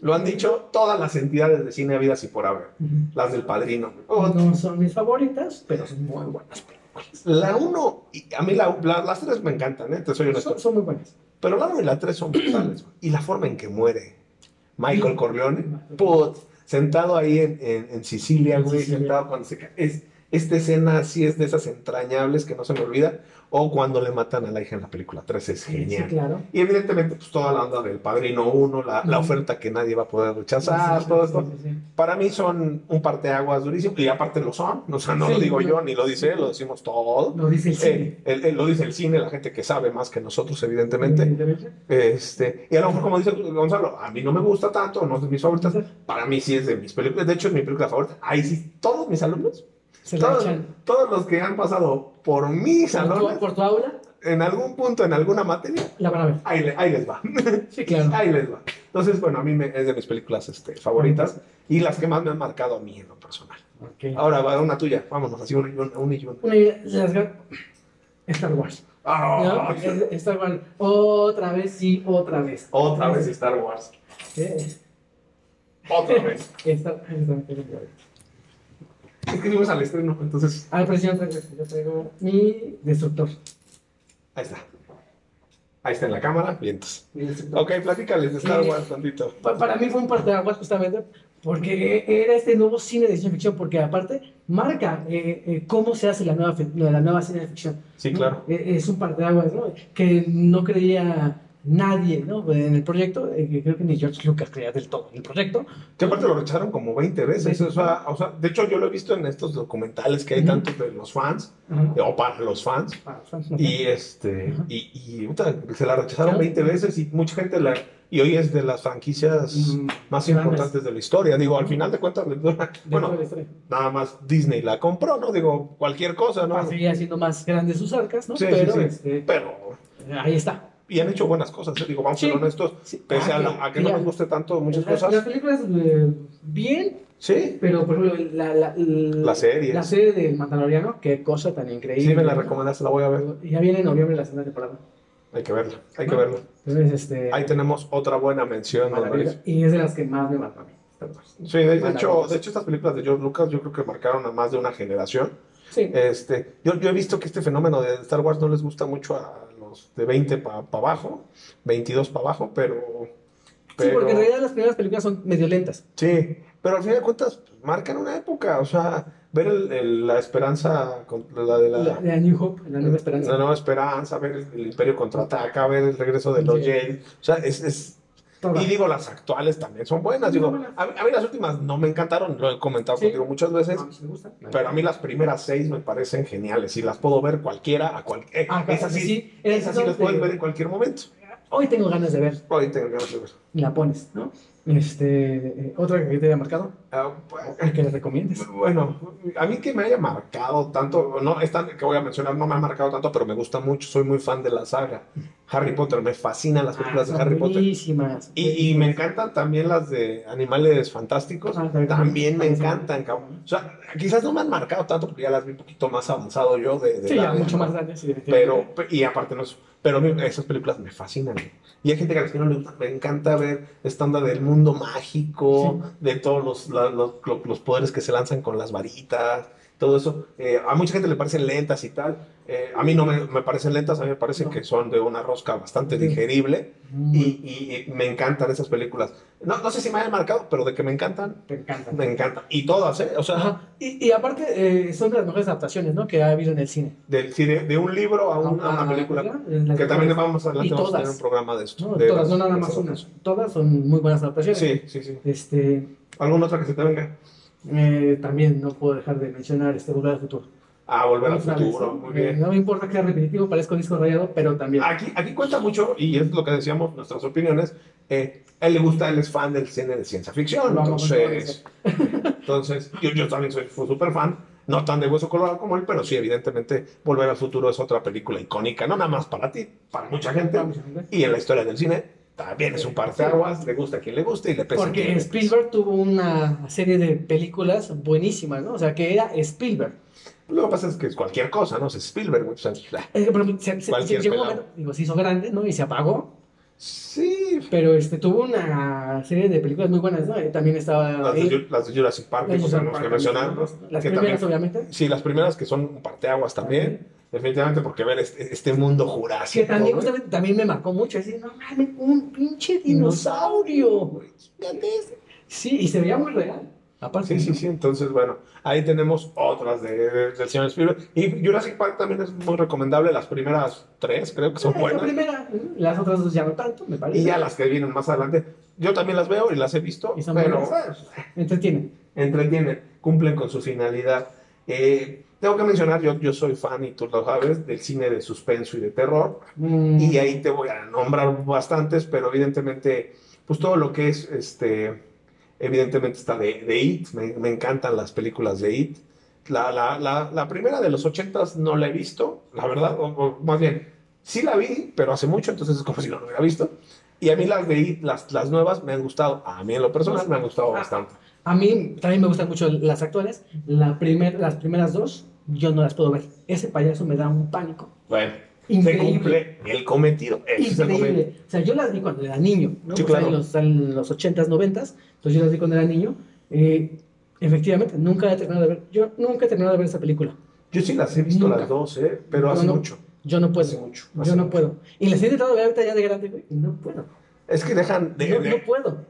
lo han dicho todas las entidades de cine habidas y por haber.
Ujú.
Las del Padrino.
Oh,
Oh,
No son mis favoritas, pero son muy buenas.
La 1, a mí la, la- las tres me encantan, ¿eh? te soy honesto.
Son, son muy buenas.
Pero la 1 y la 3 son brutales. güey. Y la forma en que muere Michael Corleone, put, sentado ahí en, en- en Sicilia,
En
güey,
Sicilia.
sentado cuando se ca- es Esta escena sí es de esas entrañables que no se me olvida. O cuando le matan a la hija en la película 3, es
Sí,
genial.
claro.
Y evidentemente, pues toda la onda del Padrino 1, la, la
Ujú.
oferta que nadie va a poder rechazar,
Sí,
todo
sí,
esto.
sí, sí.
Para mí son un parteaguas durísimo, y aparte lo son, o sea, no lo
Sí,
digo
no.
yo, ni lo dice él, lo decimos todo.
Lo dice el cine.
Eh, él- él lo dice el cine, la gente que sabe más que nosotros, evidentemente.
Evidentemente.
Este, y a lo mejor, como dice Gonzalo, a mí no me gusta tanto, no es de mis favoritas. Para mí sí es de mis películas. De hecho, es mi película favorita. Ahí sí, todos mis alumnos,
Se la
todos,
echan.
todos los que han pasado por mis
Por tu,
salones,
por tu aula,
en algún punto, en alguna materia,
la van a ver.
ahí, le- ahí les va.
Sí, claro.
Ahí les va. Entonces, bueno, a mí me- es de mis películas este, favoritas y las que más me han marcado a mí en lo personal.
Ok.
Ahora va una tuya, vámonos, así una y una. una y una.
Una idea de las gar- Star Wars.
Ah,
¿no? Eh, Star Wars. Otra vez, sí, otra vez.
Otra vez Star Wars.
Eh,
Otra vez.
Star- Star- Star-
Es que fuimos al estreno, entonces
Ah, pero sí, yo traigo, yo traigo mi destructor.
ahí está. Ahí está en la cámara, vientos.
mi destructor. Pues
Ok, platícales de Star Wars tantito.
Pa- Para mí fue un parteaguas justamente porque era este nuevo cine de ciencia ficción, porque aparte marca eh, eh, cómo se hace la nueva, fe- la nueva ciencia ficción.
Sí,
¿no?
claro.
Eh, Es un parteaguas, ¿no? Que no creía nadie, ¿no? En el proyecto, eh, que creo que ni George Lucas creía del todo en el proyecto.
Que aparte lo rechazaron como 20 veces.
Sí.
o sea, o sea, de hecho, yo lo he visto en estos documentales que hay
Ujú.
tantos de los fans,
Ajá.
o para los fans.
Ah, Frank, no.
Y este,
Ajá.
y, y, puta, se la rechazaron
Claro.
20 veces y mucha gente la. Y hoy es de las franquicias
Mm,
más
grandes.
importantes de la historia. Digo, al final de cuentas, le dura-
de toda
bueno,
la historia.
nada más Disney la compró, ¿no? Digo, cualquier cosa, ¿no?
Para seguir haciendo más grandes sus arcas, ¿no?
Sí, sí,
Pero
sí.
este,
Pero,
ahí está.
y han hecho buenas cosas, ¿eh? digo, vamos a
Sí.
ser honestos,
Sí.
pese a,
Ah,
la- a que no
mira,
nos guste tanto muchas
las- Las
cosas.
películas, eh, bien,
Sí,
pero por ejemplo, la, la,
la serie.
la serie del Mandaloriano, qué cosa tan increíble.
Sí, me la
¿no?
recomendaste, la voy a ver.
Ya viene en noviembre la segunda temporada.
Hay que verla, hay que verla.
Entonces, este.
Ahí tenemos otra buena mención.
maravilla.
honorífica.
Y es de las que más me mató a mí.
Sí, de, de
Maravilla.
hecho, de hecho, estas películas de George Lucas yo creo que marcaron a más de una generación.
Sí.
Este, yo, yo he visto que este fenómeno de Star Wars no les gusta mucho a los de 20 para abajo, 22 para abajo, pero,
Sí, porque en
pero-
realidad las primeras películas son medio lentas.
sí, pero al final de cuentas pues, marcan una época, o sea, ver el- el- la esperanza, con- la de la,
La, la New Hope, la Nueva
la
Esperanza.
nueva esperanza, ver el, el Imperio contraataca, ver el regreso de los
Sí.
Jedi, o sea, es, es-
Toda.
y digo, las actuales también son buenas,
Muy
digo,
buenas.
a, mí- a mí las últimas no me encantaron, lo he comentado
Sí.
contigo muchas veces,
Ah, ¿te gusta?
Pero a mí las primeras seis me parecen geniales y las puedo ver cualquiera, a eh, cualquier.
Ah,
esas sí, esas sí
esas
las
son
puedes
de-
ver en cualquier momento.
Hoy tengo ganas de ver,
Hoy tengo ganas de ver.
la pones, ¿no? Este, eh, otra que te haya marcado,
Ah,
o que le recomiendes.
bueno, a mí que me haya marcado tanto, no, esta que voy a mencionar no me ha marcado tanto, pero me gusta mucho, soy muy fan de la saga. Harry Potter, me fascinan las películas de
son
Harry Potter.
buenísimas.
Y, y me encantan también las de Animales Fantásticos.
Ah, también.
También me encantan, cabrón. O sea, quizás no me han marcado tanto porque ya las vi un poquito más avanzado yo de, de
Sí, ya,
edad,
mucho
¿no?
más grande, sí, definitivamente.
Pero, pe- y aparte no es, pero a mí esas películas me fascinan. güey. Y hay gente que a las que no le gusta, me encanta ver esta onda del mundo mágico, de todos los, la- los, lo- los poderes que se lanzan con las varitas, todo eso. Eh, a mucha gente le parecen lentas y tal. Eh, a mí no me, me parecen lentas, a mí me parece
No.
que son de una rosca bastante
Sí.
digerible
Mm,
y, y- y me encantan esas películas. No, no sé si me hayan marcado, pero de que me encantan,
te encanta.
me encantan. Y todas, ¿eh? O sea,
Ajá. Y, y aparte, eh, son de las mejores adaptaciones, ¿no? Que ha habido en el cine.
del- sí, de, de un libro a, un- a una
Ah,
película.
¿verdad? Las
Que también
mejores.
vamos adelante,
Y
vamos a
todas.
tener un programa de esto.
No,
de
todas,
las-
no nada
de
más
las-
unas. Todas son muy buenas adaptaciones.
Sí, sí, sí.
Este,
¿Alguna otra que se te venga?
eh, también no puedo dejar de mencionar este Volver al Futuro.
Ah, volver al
Otra vez,
futuro,
¿no?
muy
Eh,
bien.
No me importa que sea repetitivo, parezco disco rayado, pero también.
Aquí, aquí cuenta mucho, y es lo que decíamos, nuestras opiniones. eh, a él le gusta, él es fan del cine de ciencia ficción.
Lo amo con todo
entonces, entonces yo, yo también soy súper fan. No tan de hueso colorado como él, pero sí, evidentemente, Volver al Futuro es otra película icónica, no nada más para ti, para mucha gente. Y en la historia del cine también es un parteaguas, le gusta a quien le guste y le pesa a quien
Porque
le pese.
Spielberg tuvo una serie de películas buenísimas, ¿no? O sea, que era Spielberg.
Lo que pasa es que es cualquier cosa, ¿no? Es Spielberg, güey, pues, ah,
Es que, por ejemplo, se, se-
Cualquier
llegó un
pelado.
momento- digo, se hizo grande, ¿no? Y se apagó.
Sí.
Pero este, tuvo una serie de películas muy buenas, ¿no? Eh, También estaba
Las
ahí,
de, Ju- las de Jurassic Park, que
Las
pues,
de
tenemos que
Jurassic Park,
mencionar, ¿no?
Las
Que
primeras,
también-
obviamente.
Sí, las primeras que son parteaguas también, definitivamente, porque ver este, este mundo
Que
jurásico.
también,
güey.
justamente, también me marcó mucho. Así, no mames, un pinche dinosaurio. Sí, y se veía muy real. Aparte,
Sí, sí, sí. Entonces, bueno, ahí tenemos otras de, de- del señor Spielberg. Y Jurassic Park también es muy recomendable. Las primeras tres creo que son
la
buenas.
primera, ¿no? las otras dos ya no tanto, me parece.
Y ya las que vienen más adelante. Yo también las veo y las he visto,
Y son
pero
buenas. Entretienen.
entretienen, cumplen con su finalidad. Eh, tengo que mencionar, yo, yo soy fan, y tú lo sabes, del cine de suspenso y de terror.
Mm,
Y ahí te voy a nombrar bastantes, pero evidentemente, pues todo lo que es, este, evidentemente está de, de It, me, me encantan las películas de It. La, la, la, la primera de los ochentas no la he visto, la verdad, o, o más bien, sí la vi, pero hace mucho, entonces es como si no la hubiera visto. Y a mí las de It, las, las nuevas, me han gustado, a mí en lo personal me han gustado bastante.
A mí también me gustan mucho las actuales. La primer, las primeras dos, yo no las puedo ver. Ese payaso me da un pánico.
Bueno, se
Increíble.
cumple el cometido, ese es el cometido.
Increíble. O sea, yo las vi cuando era niño, ¿no?
Sí,
O sea,
claro.
en los, en los 80s, 90s. Entonces yo las vi cuando era niño. Eh, efectivamente, nunca he terminado de ver. Yo nunca he terminado de ver esa película.
Yo sí las he visto
Nunca.
las dos, ¿eh? pero
No,
hace
no.
mucho.
Yo no puedo.
Hace mucho,
Yo
hace
no
mucho.
puedo. Y las he intentado ver ahorita ya de grande, güey, y no puedo.
Es que dejan. de-
No,
de-
no puedo.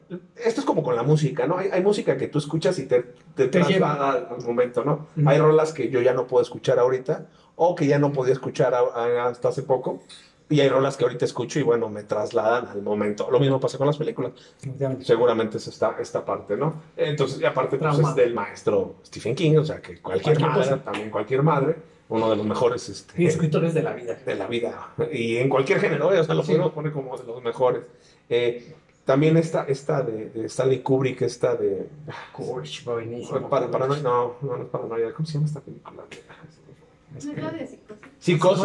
esto es como con la música, ¿no? Hay, hay música que tú escuchas y te, te,
Te lleva.
traslada al, al momento, ¿no?
Ujú.
Hay rolas que yo ya no puedo escuchar ahorita o que ya no podía escuchar a- a- hasta hace poco. Y hay rolas que ahorita escucho y bueno, me trasladan al momento. Lo mismo pasa con las películas.
Definitivamente.
Seguramente es esta, esta parte, ¿no? Entonces, y aparte pues,
Trauma.
es del maestro Stephen King, o sea, que cualquier,
Cualquier
madre,
cosa.
también cualquier madre, uno de los mejores este,
Y escritores de la vida.
de la vida y en cualquier género, ¿eh? o sea, lo
Sí.
podemos poner como de los mejores. Eh, también esta, esta de, de Stanley Kubrick, esta de. pues,
Coach, buenísimo.
Para, para, no, no, no es paranoia. ¿Cómo se llama esta película?
No es la de psicosis.
Psicosis,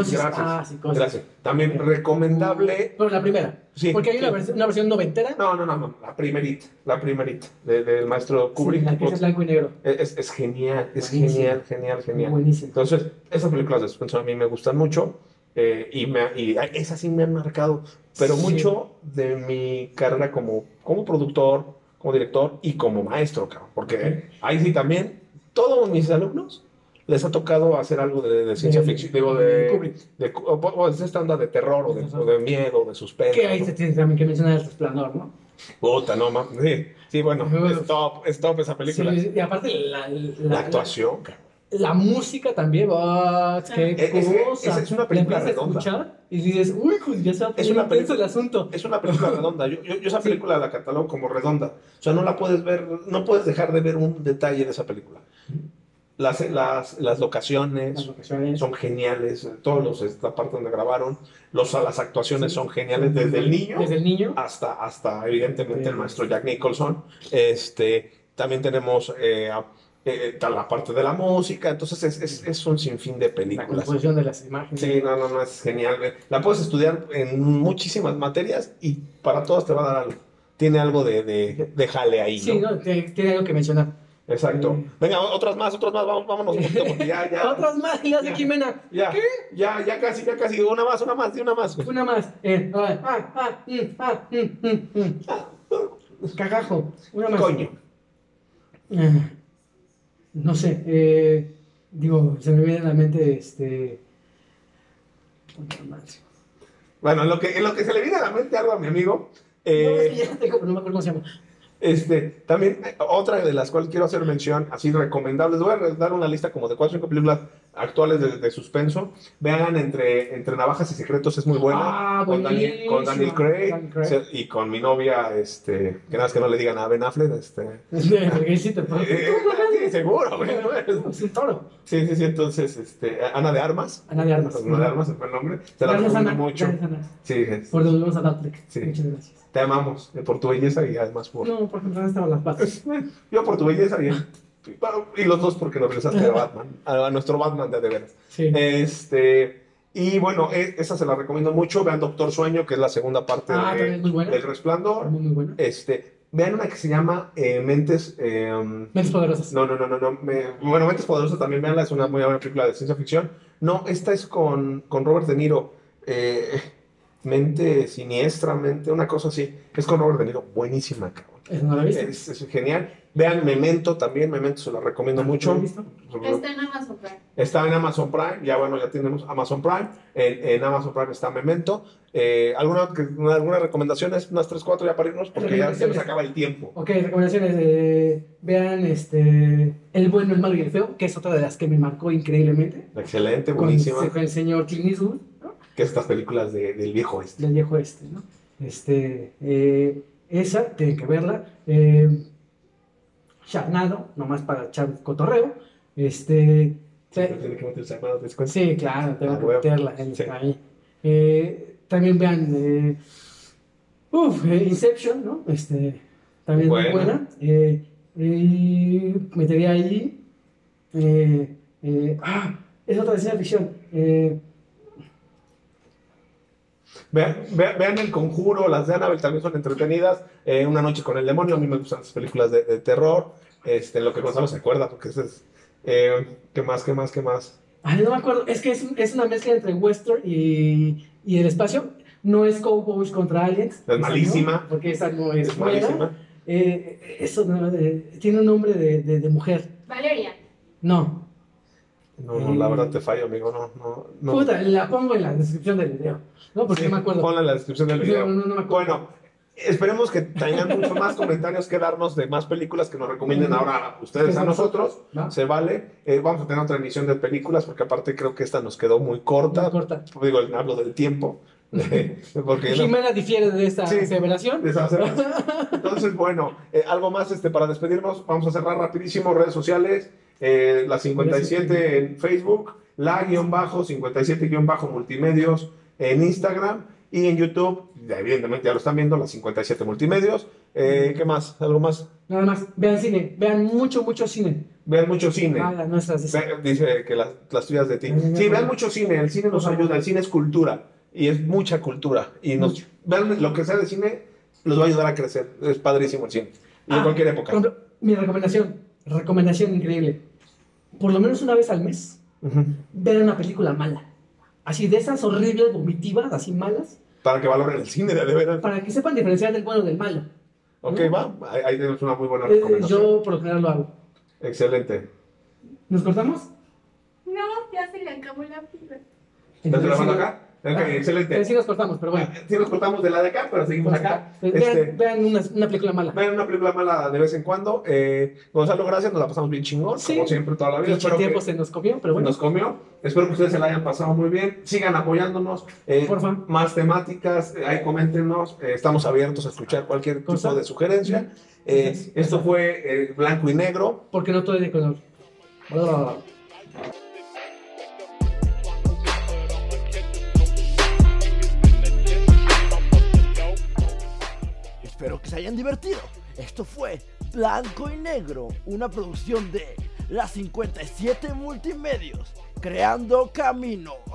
Psicosis,
gracias.
ah, Psicosis.
Gracias. También recomendable.
Bueno, la primera.
Sí,
Porque hay una,
sí.
vers- una versión noventera.
No, no, no, no, la primerita, la primerita, de- del maestro
sí,
Kubrick. Pues,
la que es blanco y negro.
Es, es genial, es
Buenísimo.
genial, genial, genial.
Buenísimo.
Entonces, esas películas de suspenso a mí me gustan mucho eh, y, me, y esas sí me han marcado, pero
Sí.
mucho de mi carrera como, como productor, como director y como maestro, cabrón, porque ahí sí también todos mis alumnos les ha tocado hacer algo de, de ciencia
De-
ficción, digo,
de
de,
Kubrick.
de, o- o es esta onda de terror o de, o de miedo, de suspenso.
Que ahí
¿no?
se tiene también que mencionar el resplandor, ¿no?
Puta, no mames. Sí, sí, bueno,
Uf.
stop, stop esa película.
Sí, y aparte la, la-
La actuación, cabrón.
la música también, va, qué
Es- es-
cosa.
es- es una película
La empiezas a
redonda.
escuchar y dices, uy, pues ya se va a
Es
poner
una
intenso
película-
el asunto.
Es una película redonda. Yo, yo, yo esa película la catalogo como redonda. O sea, no la puedes ver, no puedes dejar de ver un detalle de esa película. Las, las, las
Las
locaciones
locaciones.
son geniales, todos los, esta parte donde grabaron, los, las actuaciones
Sí.
son geniales, desde el niño
Desde el niño.
hasta, hasta evidentemente el
Sí.
maestro Jack Nicholson. Este, también tenemos eh, a- eh, tal la parte de la música, entonces es, es, es un sinfín de
la
películas.
composición de las imágenes.
Sí, no, no, no, es genial. güey. La puedes estudiar en muchísimas materias y para todas te va a dar algo. Tiene algo de, de, de jale ahí,
Sí,
¿no?
no, te- tiene algo que mencionar.
Exacto.
Sí.
Venga, otras más, otras más, vamos, vámonos un poquito, porque ya, ya,
Otras más, las de
Ya.
Jimena.
ya, ya, ya casi, ya casi, una más, una más, di una más. güey.
Una más. Eh, ah, ah, ah, mm, ah, mm, mm, mm. Cagajo. Una más.
Coño.
Ah, No sé, eh, digo, se me viene a la mente este. Puta madre.
Bueno, en lo que, en lo que se le viene a la mente algo a mi amigo,
No, es
eh,
que ya tengo, pero no me acuerdo cómo se llama.
Este, también eh, otra de las cuales quiero hacer mención, así recomendables, voy a dar una lista como de cuatro o cinco películas actuales de, de suspenso. Vean entre, entre Navajas y Secretos, es muy buena.
Ah,
con, Daniel, con Daniel
buenísima.
Craig,
Daniel Craig.
se- y con mi novia, este, que nada más que no le digan a Ben Affleck, este.
Porque sí te puedo-
eh, sí, seguro, güey, no eres-
Es un toro.
Sí, sí, sí, entonces, este, Ana de Armas.
Ana de Armas.
Ana de Armas fue el nombre. Se la
Gracias,
recomiendo
Ana.
mucho.
Gracias, Ana.
Sí, es-
Por devolvernos a Dark Trek.
Sí.
Muchas gracias.
te amamos eh, por tu belleza y además por,
No, por ejemplo, estaban las patas.
Yo por tu belleza y, bueno, y los dos porque nos regresaste a Batman, a, a nuestro Batman de de veras.
Sí.
Este, y bueno, e- esa se la recomiendo mucho. Vean Doctor Sueño, que es la segunda parte
ah,
de-
también es muy buena.
del Resplandor.
Muy, muy buena.
Este, vean una que se llama eh, Mentes... eh, um,
Mentes poderosas.
no, no, no, no, no. me- bueno, Mentes Poderosas también, veanla, es una muy buena película de ciencia ficción. No, esta es con, con Robert De Niro. eh, mente siniestra, mente, una cosa así. Es con Robert De Niro, buenísima, cabrón.
Eso no la viste.
Es, es genial. Vean Memento también, Memento se lo recomiendo
¿La
mucho.
Ah, viste?
Está en Amazon Prime.
Está en Amazon Prime, ya bueno, ya tenemos Amazon Prime. En, en Amazon Prime está Memento. Eh, ¿alguna, que- una- algunas recomendaciones? Unas 3, 4 ya para irnos porque ya se nos acaba el tiempo.
Ok, recomendaciones. eh, vean este, El bueno, el malo y el feo, que es otra de las que me marcó increíblemente.
Excelente,
Con,
buenísima.
con el señor Clint Eastwood, ¿no?
Que estas películas de- del viejo este.
del viejo este. ¿no? este eh, esa, tienen que verla. Eh, Charnado, nomás para echar cotorreo. Este,
Siempre tiene que meterse a mano, ¿te das cuenta?
Sí, claro, tengo
Ah,
que
huevo.
meterla en-
Sí.
ahí. Eh, también vean, eh, uf, eh, Inception, ¿no? Este, también muy
Buena.
buena. Eh, y metería ahí, eh, eh, ah, es otra de ciencia ficción. eh,
Vean, vean- vean El Conjuro, las de Annabelle también son entretenidas. Eh, Una noche con el demonio, a mí me gustan las películas de, de terror. Este, lo que Gonzalo se acuerda, porque ese es... eh, ¿Qué más, qué más, qué más?
ay, no me acuerdo, es que es, un- es una mezcla entre western y, y el espacio. No es Cowboys contra Aliens. esa no,
malísima.
porque esa no es,
Es
buena.
malísima.
Eh, eso no, eh, tiene un nombre de, de- de mujer.
Valeria.
No,
No, no, la verdad te fallo, amigo. No, no, no.
Puta, la pongo en la descripción del video. No, porque
Sí,
no me acuerdo.
Ponla en la descripción del
No,
video.
no, no, no me acuerdo.
Bueno, Esperemos que tengan mucho más comentarios que darnos de más películas que nos recomienden ahora ustedes a nosotros.
¿Va?
Se vale. Eh, vamos a tener otra emisión de películas porque aparte creo que esta nos quedó muy corta.
Muy corta.
Digo, hablo del tiempo. porque no-
Jimena difiere de esta
Sí.
aseveración.
Deshacernos. Entonces, bueno, eh, algo más este, para despedirnos. Vamos a cerrar rapidísimo redes sociales. eh, la 57 en Facebook, la guión bajo, 57 guión bajo multimedios en Instagram y en YouTube. Ya, Evidentemente ya lo están viendo, la 57 multimedios. Eh, ¿Qué más? ¿Algo más?
Nada más, vean cine, vean mucho, mucho cine.
Vean mucho cine.
Ah, las nuestras. dice.
Ve- Dice que las, las tuyas de ti.
Ya, ya, ya,
Sí,
ya.
vean mucho cine. El cine nos ayuda. El cine es cultura. Y es mucha cultura. Y nos,
Mucho.
vean lo que sea de cine, los va a ayudar a crecer. Es padrísimo el cine. Y en
Ah,
cualquier
Por
época.
ejemplo, mi recomendación, recomendación increíble. Por lo menos una vez al mes,
Ujú.
vean una película mala. Así de esas horribles, vomitivas, así malas,
Para que valoren el cine de, de veras.
para que sepan diferenciar del bueno del malo.
Ok,
¿no?
va. Ahí, ahí tenemos una muy buena
Eh,
recomendación.
yo por lo general lo hago.
Excelente.
¿Nos cortamos?
No, ya se le acabó la pila.
¿Estás
Entonces,
grabando
sí,
acá? Ok,
Ah,
excelente.
Sí nos cortamos, pero bueno.
Sí nos cortamos de la de acá, pero seguimos acá.
Vean,
Este,
Pues vean una, una película mala.
Vean una película mala de vez en cuando. Eh, Gonzalo, gracias. Nos la pasamos bien chingón,
Sí.
como siempre, toda la vida.
Pinche
Espero que-
tiempo se nos comió, pero bueno.
nos comió. Espero que ustedes se la hayan pasado muy bien. Sigan apoyándonos. eh,
Porfa.
Más temáticas, eh, ahí coméntenos. eh, estamos abiertos a escuchar cualquier tipo
Cosa.
de sugerencia. Eh,
Sí, sí.
esto fue eh, Blanco y Negro.
Porque no todo es de color. Ah.
Espero que se hayan divertido. Esto fue Blanco y Negro, una producción de La 57 Multimedios, creando caminos.